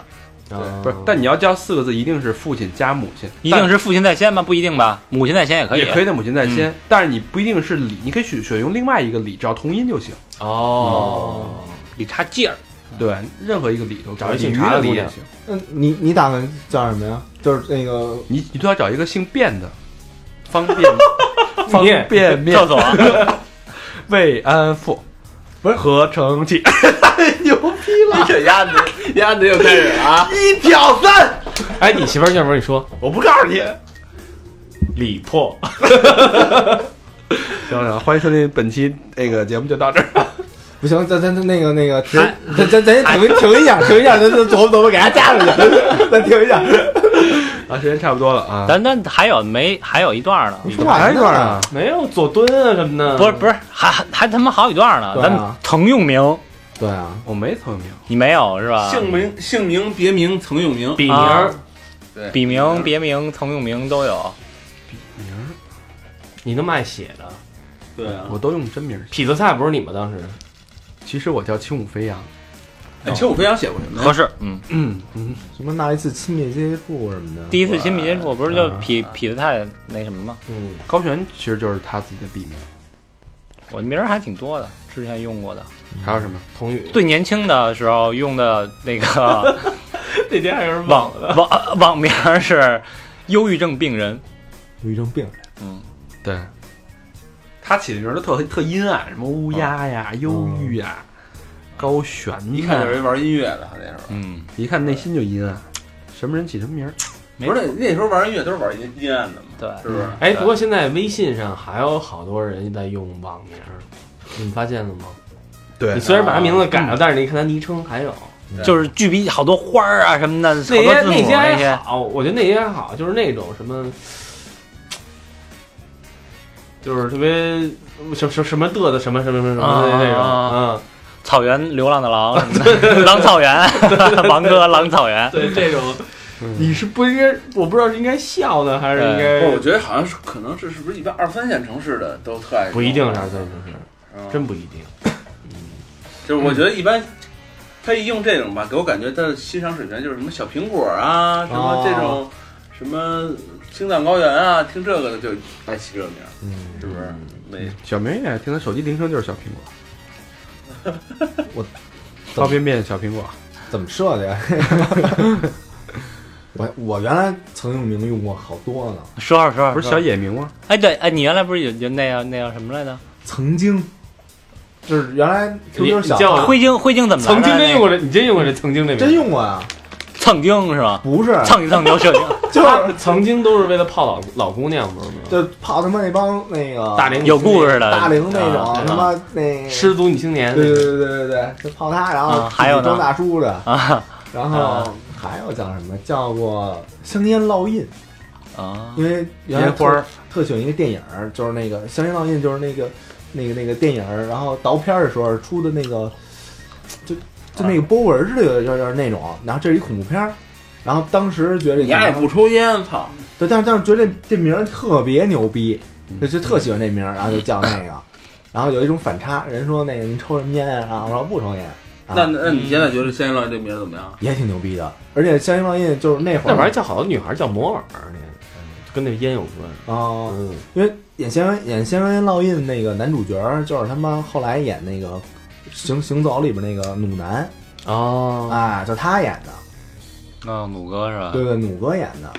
Speaker 2: 不是？但你要叫四个字，一定是父亲加母亲，
Speaker 5: 一定是父亲在先吗？不一定吧，母亲在先也可
Speaker 2: 但
Speaker 5: 以。
Speaker 2: 也可以的啊嗯母亲在先，但是你不一定是李，你可以选选用另外一个李，只要同音就行。
Speaker 4: 哦，
Speaker 5: 理查吉尔，
Speaker 2: 对，任嗯何一个李都
Speaker 4: 找一
Speaker 2: 姓
Speaker 4: 姓查的
Speaker 2: 李
Speaker 4: 李
Speaker 2: 就行。
Speaker 3: 嗯，你你打算叫什么呀？就是那个
Speaker 2: 你你最好找一个姓卞的，方便方
Speaker 4: 面
Speaker 2: 便面
Speaker 5: 赵总啊，
Speaker 2: 魏安富，
Speaker 3: 不是
Speaker 2: 合成器， 牛逼了！
Speaker 6: 这鸭子，鸭子又开始了啊！
Speaker 2: 一挑三，
Speaker 4: 哎，你媳妇儿叫什么？你说
Speaker 2: 我不告诉你。
Speaker 4: 李破，
Speaker 2: 行了，欢迎收听本期那个节目，就到这儿。
Speaker 3: 不行，咱咱咱那个那个停，咱咱咱先停停一下，停一下，咱咱走不走吧，给他加上去，咱停一下。
Speaker 2: 啊，时间差不多了啊。
Speaker 5: 咱咱还有没还有一段呢？
Speaker 3: 说哪一段啊？
Speaker 4: 没有左蹲啊什么的，
Speaker 5: 不是不是，还还还他妈好几段呢。
Speaker 3: 对啊
Speaker 5: 咱们曾用名，
Speaker 3: 对啊，
Speaker 2: 我没聪明，
Speaker 5: 你没有是吧？啊
Speaker 6: 姓名、姓名、别名、曾用名，
Speaker 4: 笔名儿，
Speaker 6: 对，
Speaker 5: 笔名、别名、曾用名都有。
Speaker 4: 你那么爱写的，
Speaker 6: 对啊。
Speaker 2: 我都用真名。
Speaker 4: 痞子蔡不是你吗？当时
Speaker 2: 其实我叫轻舞飞扬。
Speaker 6: 哎，其实我非常写过什么
Speaker 5: 合
Speaker 6: 呢？
Speaker 5: 适，嗯，
Speaker 2: 嗯嗯，
Speaker 3: 什么那一次亲密接触什么的，
Speaker 5: 第一次亲密接触不是就痞痞子太那什么吗？
Speaker 4: 嗯，
Speaker 2: 高璇其实就是他自己的笔名。
Speaker 5: 我名儿还挺多的，之前用过的。
Speaker 2: 还有什么？
Speaker 4: 童宇
Speaker 5: 最年轻的时候用的那个
Speaker 4: 那天还有人
Speaker 5: 网网网名儿是忧郁症病人，
Speaker 3: 有一种病，
Speaker 2: 对，他起的名儿都特特阴暗，什么乌鸦呀、忧郁呀、高璇呐，
Speaker 6: 一看就是一玩音乐的，那时候
Speaker 5: 嗯，
Speaker 2: 一看内心就阴暗。什么人起什么名儿？
Speaker 5: 没
Speaker 6: 不是那那时候玩音乐都是玩阴阴暗的嘛，
Speaker 5: 对，
Speaker 6: 是不是？
Speaker 4: 哎，不过现在微信上还有好多人在用网名儿，你们发现了吗？
Speaker 2: 对
Speaker 4: 你虽然
Speaker 5: 啊
Speaker 4: 把他名字
Speaker 5: 嗯
Speaker 4: 改了，但是你看他昵称还有
Speaker 5: 就是巨比好多花儿啊什么的，好
Speaker 4: 那
Speaker 5: 多
Speaker 4: 些
Speaker 5: 字母啊
Speaker 4: 些
Speaker 5: 那
Speaker 4: 还
Speaker 5: 些，
Speaker 4: 好，我觉得那些还好，就是那种什么，就是特别什什什么嘚的什么什么什么什么的那种，
Speaker 5: 啊
Speaker 4: 嗯，
Speaker 5: 草原流浪的狼 什么的，狼草原，王哥狼草原，
Speaker 4: 对这种，你是不应该，我不知道是应该笑呢还是应
Speaker 6: 不，我
Speaker 4: 该，
Speaker 6: 觉得好像是可能是是不是一般二三线城市的都特爱
Speaker 4: 不一定是二三城市，
Speaker 6: 嗯
Speaker 4: 真不一定。
Speaker 6: 就是我觉得一般，他一用这种吧，给我感觉他的欣赏水平就是什么小苹果啊，什么这种，什么青藏高原啊，听这个的就爱起这个名儿，
Speaker 3: 嗯，
Speaker 6: 是不是？没
Speaker 2: 小明也听他手机铃声就是小苹果。 方便面小苹果，
Speaker 3: 怎么设的呀？我我原来曾用名用过好多呢，
Speaker 5: 说说说，
Speaker 2: 不是小野明吗？
Speaker 5: 哎对，哎你原来不是有有那样那样什么来着？
Speaker 3: 曾经就是原来 QQ
Speaker 4: 你
Speaker 3: 小
Speaker 4: 叫我
Speaker 5: 灰鲸灰鲸怎么来 着
Speaker 4: 曾经真用
Speaker 5: 哦那
Speaker 4: 过这，你真用过这曾经这名字
Speaker 3: 真用过呀？
Speaker 5: 个曾经是吧？
Speaker 3: 不是，
Speaker 5: 蹭一蹭就射精，
Speaker 3: 就是
Speaker 4: 他曾经都是为了泡老老姑娘，不是吗？
Speaker 3: 就泡他妈那帮那个
Speaker 4: 大龄
Speaker 5: 有故事的
Speaker 3: 大龄那种
Speaker 5: 啊
Speaker 3: 他妈那
Speaker 4: 失足女青年，
Speaker 3: 对对对对对对，就泡他，然后
Speaker 5: 啊还有呢
Speaker 3: 装大叔的，
Speaker 5: 啊
Speaker 3: 然后还有叫什么叫过香烟烙印，
Speaker 5: 啊
Speaker 3: 因为原来
Speaker 2: 烟花
Speaker 3: 特
Speaker 2: 儿
Speaker 3: 特喜欢一个电影儿，就是那个香烟烙印，就是那个那个那个电影儿，然后倒片儿的时候出的那个，就就
Speaker 5: 啊
Speaker 3: 那个波纹似的，有点有点那种，然后这是一恐怖片儿。然后当时觉得
Speaker 6: 你
Speaker 3: 这
Speaker 6: 爱不抽烟，操！
Speaker 3: 对，但是但是觉得这这名儿特别牛逼，
Speaker 4: 嗯
Speaker 3: 就就特喜欢这名儿，然后就叫那个，然后有一种反差。人说那个您抽什么烟啊？我说不抽烟。
Speaker 6: 那那你现在觉得香槟烙印这名儿怎么样？
Speaker 3: 也挺牛逼的。而且香槟烙印就是那会
Speaker 4: 那
Speaker 3: 儿
Speaker 4: 玩意儿叫好多女孩叫摩尔，那跟那烟有关。
Speaker 3: 哦，
Speaker 4: 嗯，
Speaker 3: 因为演《香烟演《香烟烙印》那个男主角儿就是他妈后来演那个《行行走》里边那个弩男
Speaker 4: 哦，
Speaker 3: 啊，就他演的，
Speaker 5: 啊，弩哥是吧？
Speaker 3: 对对，弩哥演的，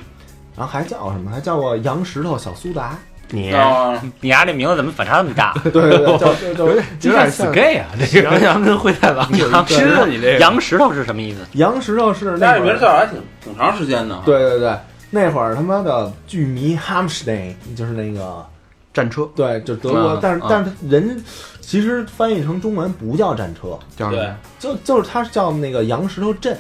Speaker 3: 然后还叫什么？还叫过杨石头小苏 达，
Speaker 4: 你
Speaker 6: 啊，
Speaker 5: 你丫这名字怎么反差那么 大？
Speaker 3: 对对对，叫叫叫
Speaker 4: 有点 gay 啊，这
Speaker 5: 杨洋跟灰太狼有
Speaker 6: 吃了你这个，
Speaker 5: 杨石头是什么意思？
Speaker 3: 杨石头是
Speaker 6: 那
Speaker 3: 那
Speaker 6: 这
Speaker 3: 会
Speaker 6: 名儿
Speaker 3: 儿，
Speaker 6: 叫还挺挺长时间的。，
Speaker 3: 对对对，那会儿他妈的剧迷 Hamstein 就是那个。
Speaker 2: 战车
Speaker 3: 对，就德国，
Speaker 6: 嗯
Speaker 3: 但是、
Speaker 6: 嗯
Speaker 3: 但是人其实翻译成中文不叫战车，
Speaker 2: 叫什
Speaker 6: 对
Speaker 2: 么？
Speaker 3: 就就是它叫那个羊石头镇，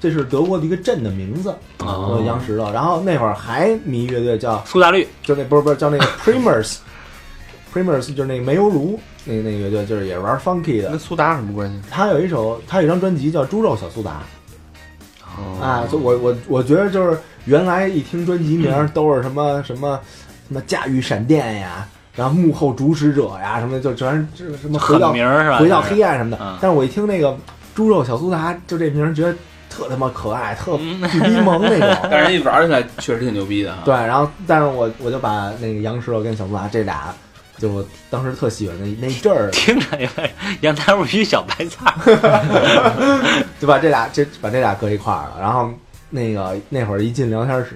Speaker 3: 这是德国的一个镇的名字，
Speaker 6: 哦
Speaker 3: 呃，羊石头。然后那会儿还迷乐队叫，
Speaker 5: 苏打绿
Speaker 3: 就那不是不是叫那个 Primers，Primers 就是那个煤油炉那那乐队，就是也玩 funky 的
Speaker 2: 跟。苏打有什么关系？
Speaker 3: 他有一首，他有一张专辑叫《猪肉小苏打》。
Speaker 5: 哦
Speaker 3: 啊，就我我我觉得就是原来一听专辑名儿
Speaker 5: 嗯
Speaker 3: 都是什么什么什么驾驭闪电呀，然后幕后主使者呀，什么就全是什么回
Speaker 5: 狠
Speaker 3: 到
Speaker 5: 名儿是吧？
Speaker 3: 回到黑暗啊什么的
Speaker 5: 嗯。
Speaker 3: 但是我一听那个猪肉小苏打，就这名儿觉得特他妈可爱，特
Speaker 5: 嗯
Speaker 3: 巨逼萌那 种。
Speaker 6: 但是一玩起来确实挺牛逼的哈。
Speaker 3: 对，然后但是我我就把那个杨石头跟小苏打这俩，就我当时特喜欢的那一阵儿，
Speaker 5: 听着有点杨乃武与小白菜儿，
Speaker 3: 就把这俩这把这俩搁一块儿了。然后那个那会儿一进聊天室，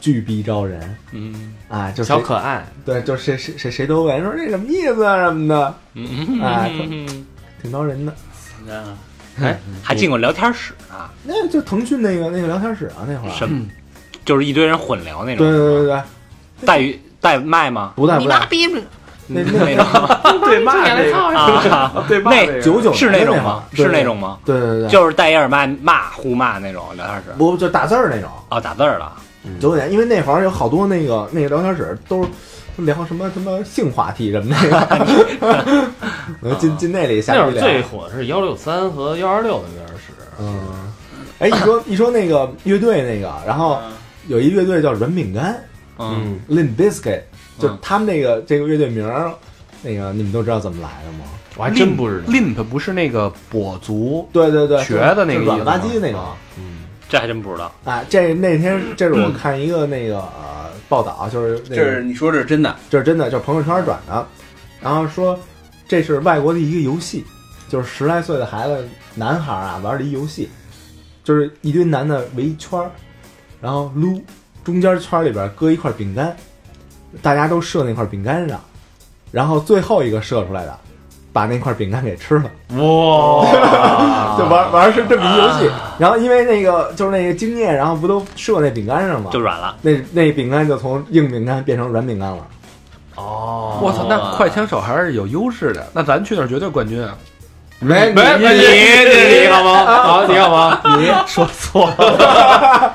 Speaker 3: 巨逼招人
Speaker 5: 嗯
Speaker 3: 啊，就谁
Speaker 4: 小可爱，
Speaker 3: 对，就谁谁谁谁都问说这什么意思啊什么的，
Speaker 5: 嗯
Speaker 3: 哎
Speaker 5: 嗯，
Speaker 3: 挺招人的。
Speaker 5: 哎
Speaker 6: 嗯
Speaker 5: 还进过聊天室啊，
Speaker 3: 那就腾讯那个那个聊天室啊，那会儿
Speaker 5: 什么就是一堆人混聊那
Speaker 3: 对对
Speaker 5: 种，
Speaker 3: 对对对，
Speaker 5: 带语带 麦吗？
Speaker 3: 不带不带，
Speaker 5: 逼
Speaker 3: 那
Speaker 5: 那种
Speaker 2: 啊对骂这个，
Speaker 5: 啊，
Speaker 2: 对骂这
Speaker 5: 那
Speaker 2: 个，
Speaker 3: 九九
Speaker 5: 是那
Speaker 3: 那
Speaker 5: 种
Speaker 3: 会儿
Speaker 5: 吗？是
Speaker 3: 对
Speaker 5: 那种吗？
Speaker 3: 对对对，
Speaker 5: 就是带一耳麦骂互骂那种聊天室。
Speaker 3: 不就打字儿那种，
Speaker 5: 哦，打字儿了，
Speaker 3: 九点，因为那会儿有好多那个那个聊天室都是聊什么什么性话题什么的， 能进进那里下
Speaker 4: 那会
Speaker 3: 去
Speaker 4: 儿
Speaker 3: 聊。
Speaker 4: 最火的是幺六三和幺二六的原始，
Speaker 3: 嗯，哎，一说一说那个乐队那个，啊然后有一乐队叫软饼干
Speaker 5: 嗯，
Speaker 3: （Limp Biscuit），就是他们那个这个乐队名儿，那个你们都知道怎么来的吗？
Speaker 4: 我还真不知道。
Speaker 2: Limp 不是那个跛足，
Speaker 3: 对对对，
Speaker 2: 瘸的那个
Speaker 3: 就是软了吧
Speaker 2: 意思吗
Speaker 3: 唧那种。
Speaker 5: 这还真不知道。
Speaker 3: 啊，这那天这是我看一个那个、呃、报道，就是那
Speaker 6: 这
Speaker 3: 个
Speaker 6: 是你说这是真的？
Speaker 3: 这是真的，就是朋友圈转的。然后说这是外国的一个游戏，就是十来岁的孩子男孩啊玩的一游戏，就是一堆男的围一圈儿，然后撸，中间圈里边搁一块饼干，大家都射那块饼干上，然后最后一个射出来的，把那块饼干给吃了。哇！就玩玩是这么一游戏。然后因为那个就是那个经验，然后不都射那饼干上吗？
Speaker 5: 就软了，
Speaker 3: 那那饼干就从硬饼干变成软饼干了。
Speaker 2: 我操，那快枪手还是有优势的。那咱去那儿绝对冠军啊！
Speaker 3: 没
Speaker 4: 没没你你你好吗？好，你好吗？
Speaker 3: 你
Speaker 2: 说错了，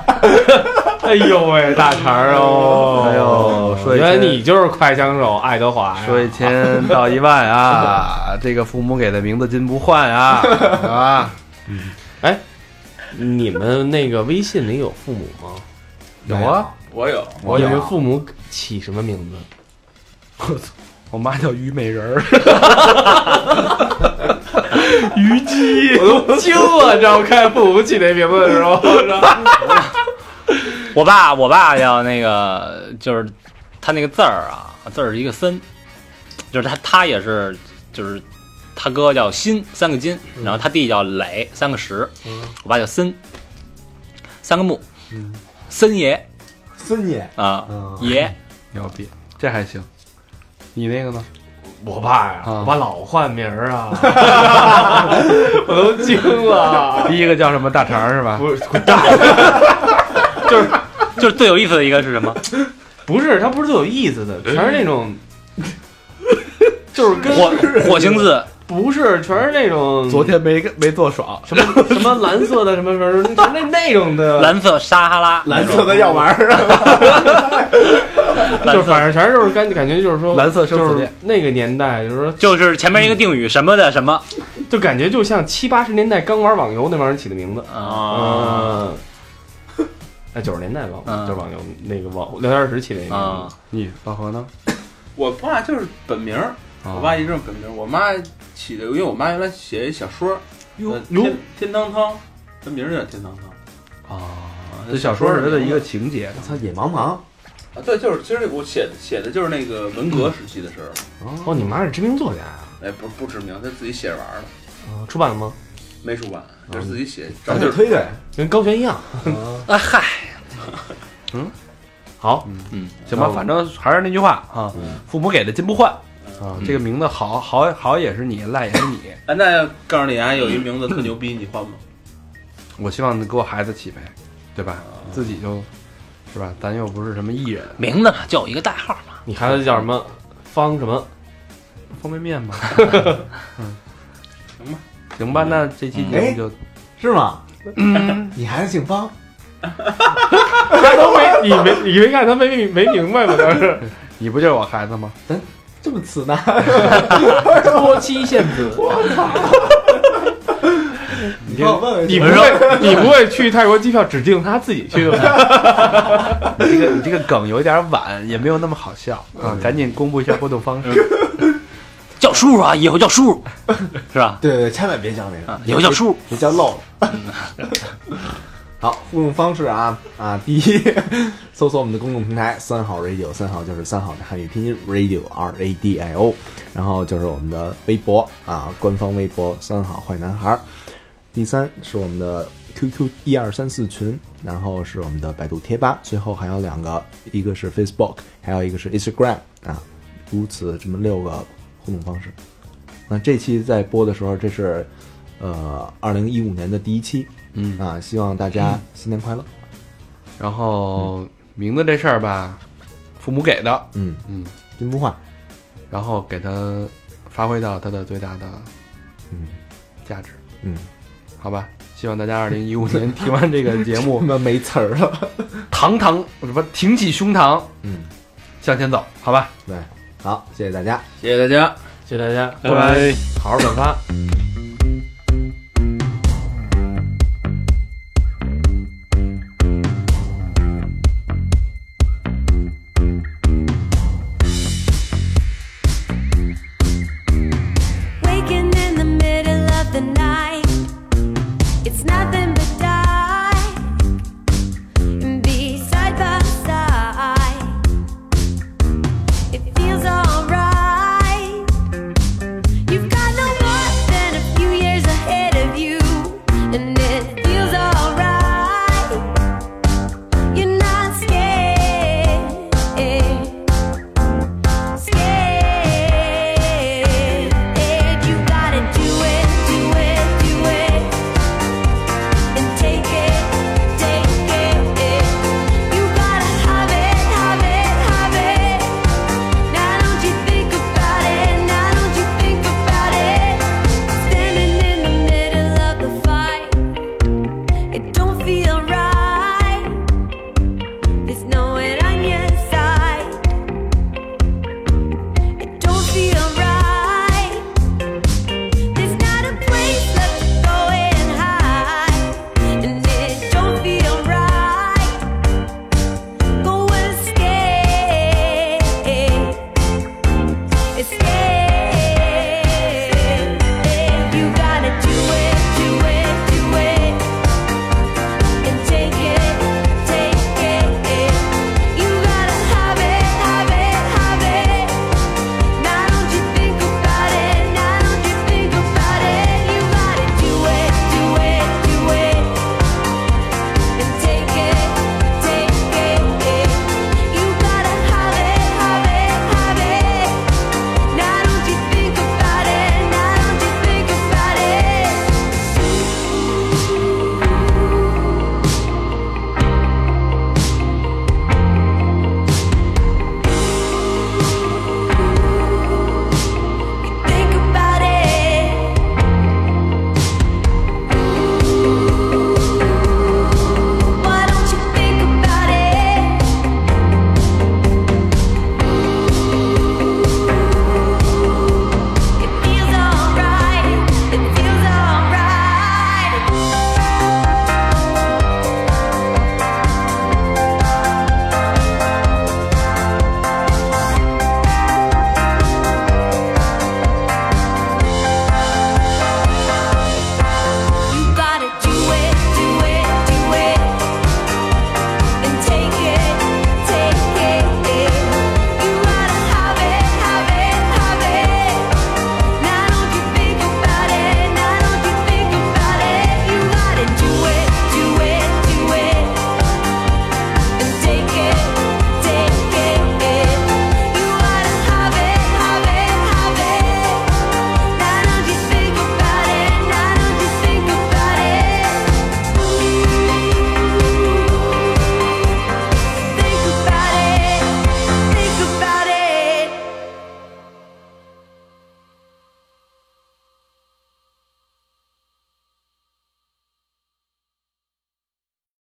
Speaker 4: 哎呦喂，大肠儿哦！
Speaker 2: 哎呦说一
Speaker 4: 原来
Speaker 2: 千
Speaker 4: 你就是快枪手爱德华呀！
Speaker 2: 说一千道一万 啊！这个父母给的名字金不换啊，是吧？
Speaker 4: 你们那个微信里有父母吗？
Speaker 2: 有啊，
Speaker 6: 我有，
Speaker 4: 我你们父母起什么名字？
Speaker 2: 我妈叫虞美人儿，
Speaker 4: 我都惊了，你知道吗？看父母起这名字的时候，
Speaker 5: 我爸我爸要那个就是他那个字儿啊，字儿是一个森，就是他他也是就是他哥叫辛三个金，
Speaker 3: 嗯
Speaker 5: 然后他弟叫磊三个石，我爸叫森三个木，森爷
Speaker 3: 孙爷，
Speaker 5: 啊
Speaker 3: 嗯，
Speaker 5: 爷
Speaker 2: 牛逼，这还行。你那个呢？
Speaker 4: 我爸呀，
Speaker 2: 啊
Speaker 4: 我爸老换名儿啊，我都惊了。
Speaker 2: 第一个叫什么大肠是吧？
Speaker 4: 不是滚蛋！
Speaker 5: 就是就是最有意思的一个是什么？
Speaker 4: 不是，他不是最有意思的，全是那种，就是跟
Speaker 5: 火火星字
Speaker 4: 不是，全是那种
Speaker 2: 昨天没没做爽，
Speaker 4: 什么什么蓝色的什么什 么那那种的，
Speaker 5: 蓝色撒哈拉，
Speaker 3: 蓝色的药丸儿 啊，
Speaker 4: 就
Speaker 5: 蓝
Speaker 4: 反正
Speaker 5: 色
Speaker 4: 全是就是感感觉就是说
Speaker 2: 蓝色生死
Speaker 4: 就是
Speaker 2: 恋
Speaker 4: 那个年代，就是说
Speaker 5: 就是前面一个定语什么的什么
Speaker 4: 就感觉就像七八十年代刚玩网游那帮人起的名字
Speaker 5: 啊
Speaker 4: 啊。哎，九十年代吧，
Speaker 5: 嗯
Speaker 4: 就是网游那个网聊天室起的那个名
Speaker 5: 啊
Speaker 4: 字。，
Speaker 2: 你老何呢？
Speaker 6: 我爸
Speaker 3: 哦
Speaker 6: 就是本名儿，我爸一直是本名儿。我妈起的，因为我妈原来写一小说儿，呃天天堂汤，这名儿叫天堂汤
Speaker 2: 啊。这小说是它的一个情节，
Speaker 3: 我操，野茫茫，
Speaker 6: 啊，对，就是其实我写写的就是那个文革时期的事儿，
Speaker 4: 哦，你妈是知名作家啊？
Speaker 6: 哎，不不知名，他自己写着玩儿的，
Speaker 4: 啊出版了吗？
Speaker 6: 没出版，
Speaker 3: 哦
Speaker 6: 就是自 己写，
Speaker 3: 咱
Speaker 6: 找
Speaker 3: 就
Speaker 6: 地儿
Speaker 3: 推推。
Speaker 4: 跟高悬一样。
Speaker 5: 啊嗨，
Speaker 2: 好，
Speaker 5: 嗯，
Speaker 2: 行吧，反正还是那句话啊，父母给的金不换啊
Speaker 4: 嗯，
Speaker 2: 这个名字好好好也是你，赖也是你，
Speaker 6: 哎，那告诉你啊，有一名字特牛逼，你换吗？
Speaker 2: 我希望能给我孩子起呗，对吧？
Speaker 4: 嗯
Speaker 2: 自己就是吧，咱又不是什么艺人，
Speaker 5: 名字嘛，就有一个代号嘛。
Speaker 4: 你孩子叫什么？方什么？
Speaker 2: 方便面吧，
Speaker 6: 行吧，
Speaker 2: 行
Speaker 4: 嗯
Speaker 2: 吧，那这期节
Speaker 4: 哎
Speaker 2: 目就。
Speaker 3: 是吗？你孩子姓方，
Speaker 4: 都没，你没，你没看他没没明白吗？当时
Speaker 2: 你不就是我孩子吗？
Speaker 3: 这么次呢？
Speaker 4: 多妻献 子，
Speaker 3: 你帮我问问
Speaker 4: 你
Speaker 3: 去
Speaker 4: 不会，你不会去泰国机票指定他自己去吧？
Speaker 2: 你这个你这个梗有点晚，也没有那么好笑
Speaker 4: 嗯
Speaker 2: 啊！赶紧公布一下互动方式，
Speaker 5: 叫叔叔啊，以后叫叔叔，是吧？
Speaker 3: 对对对，千万别叫那个，
Speaker 5: 以后叫叔叔。
Speaker 3: 别叫漏了。 好，互动方式啊啊，第一， 搜索我们的公众平台“三好 radio”，三好就是三好的汉语拼音 radio r a d i o，然后就是我们的微博啊，官方微博“三好坏男孩”。第三是我们的 QQ 一二三四群，然后是我们的百度贴吧，最后还有两个，一个是 Facebook，还有一个是 Instagram 啊，如此这么六个互动方式。那这期在播的时候，这是呃二零一五年的第一期，嗯啊，希望大家新年快乐，
Speaker 2: 然后名字这事儿吧，父母给的，
Speaker 3: 嗯
Speaker 2: 嗯，
Speaker 3: 真不坏，
Speaker 2: 然后给他发挥到他的最大的
Speaker 3: 嗯
Speaker 2: 价值，
Speaker 3: 嗯，
Speaker 2: 好吧？希望大家二零一五年听完这个节 目，
Speaker 3: 我们没词儿了，
Speaker 2: 堂堂什么挺起胸膛
Speaker 3: 嗯，
Speaker 2: 向前走，好吧？
Speaker 3: 对，好，谢谢大家。
Speaker 6: 谢谢大家。
Speaker 4: 谢谢大家，
Speaker 2: 拜拜。
Speaker 4: 好好转发。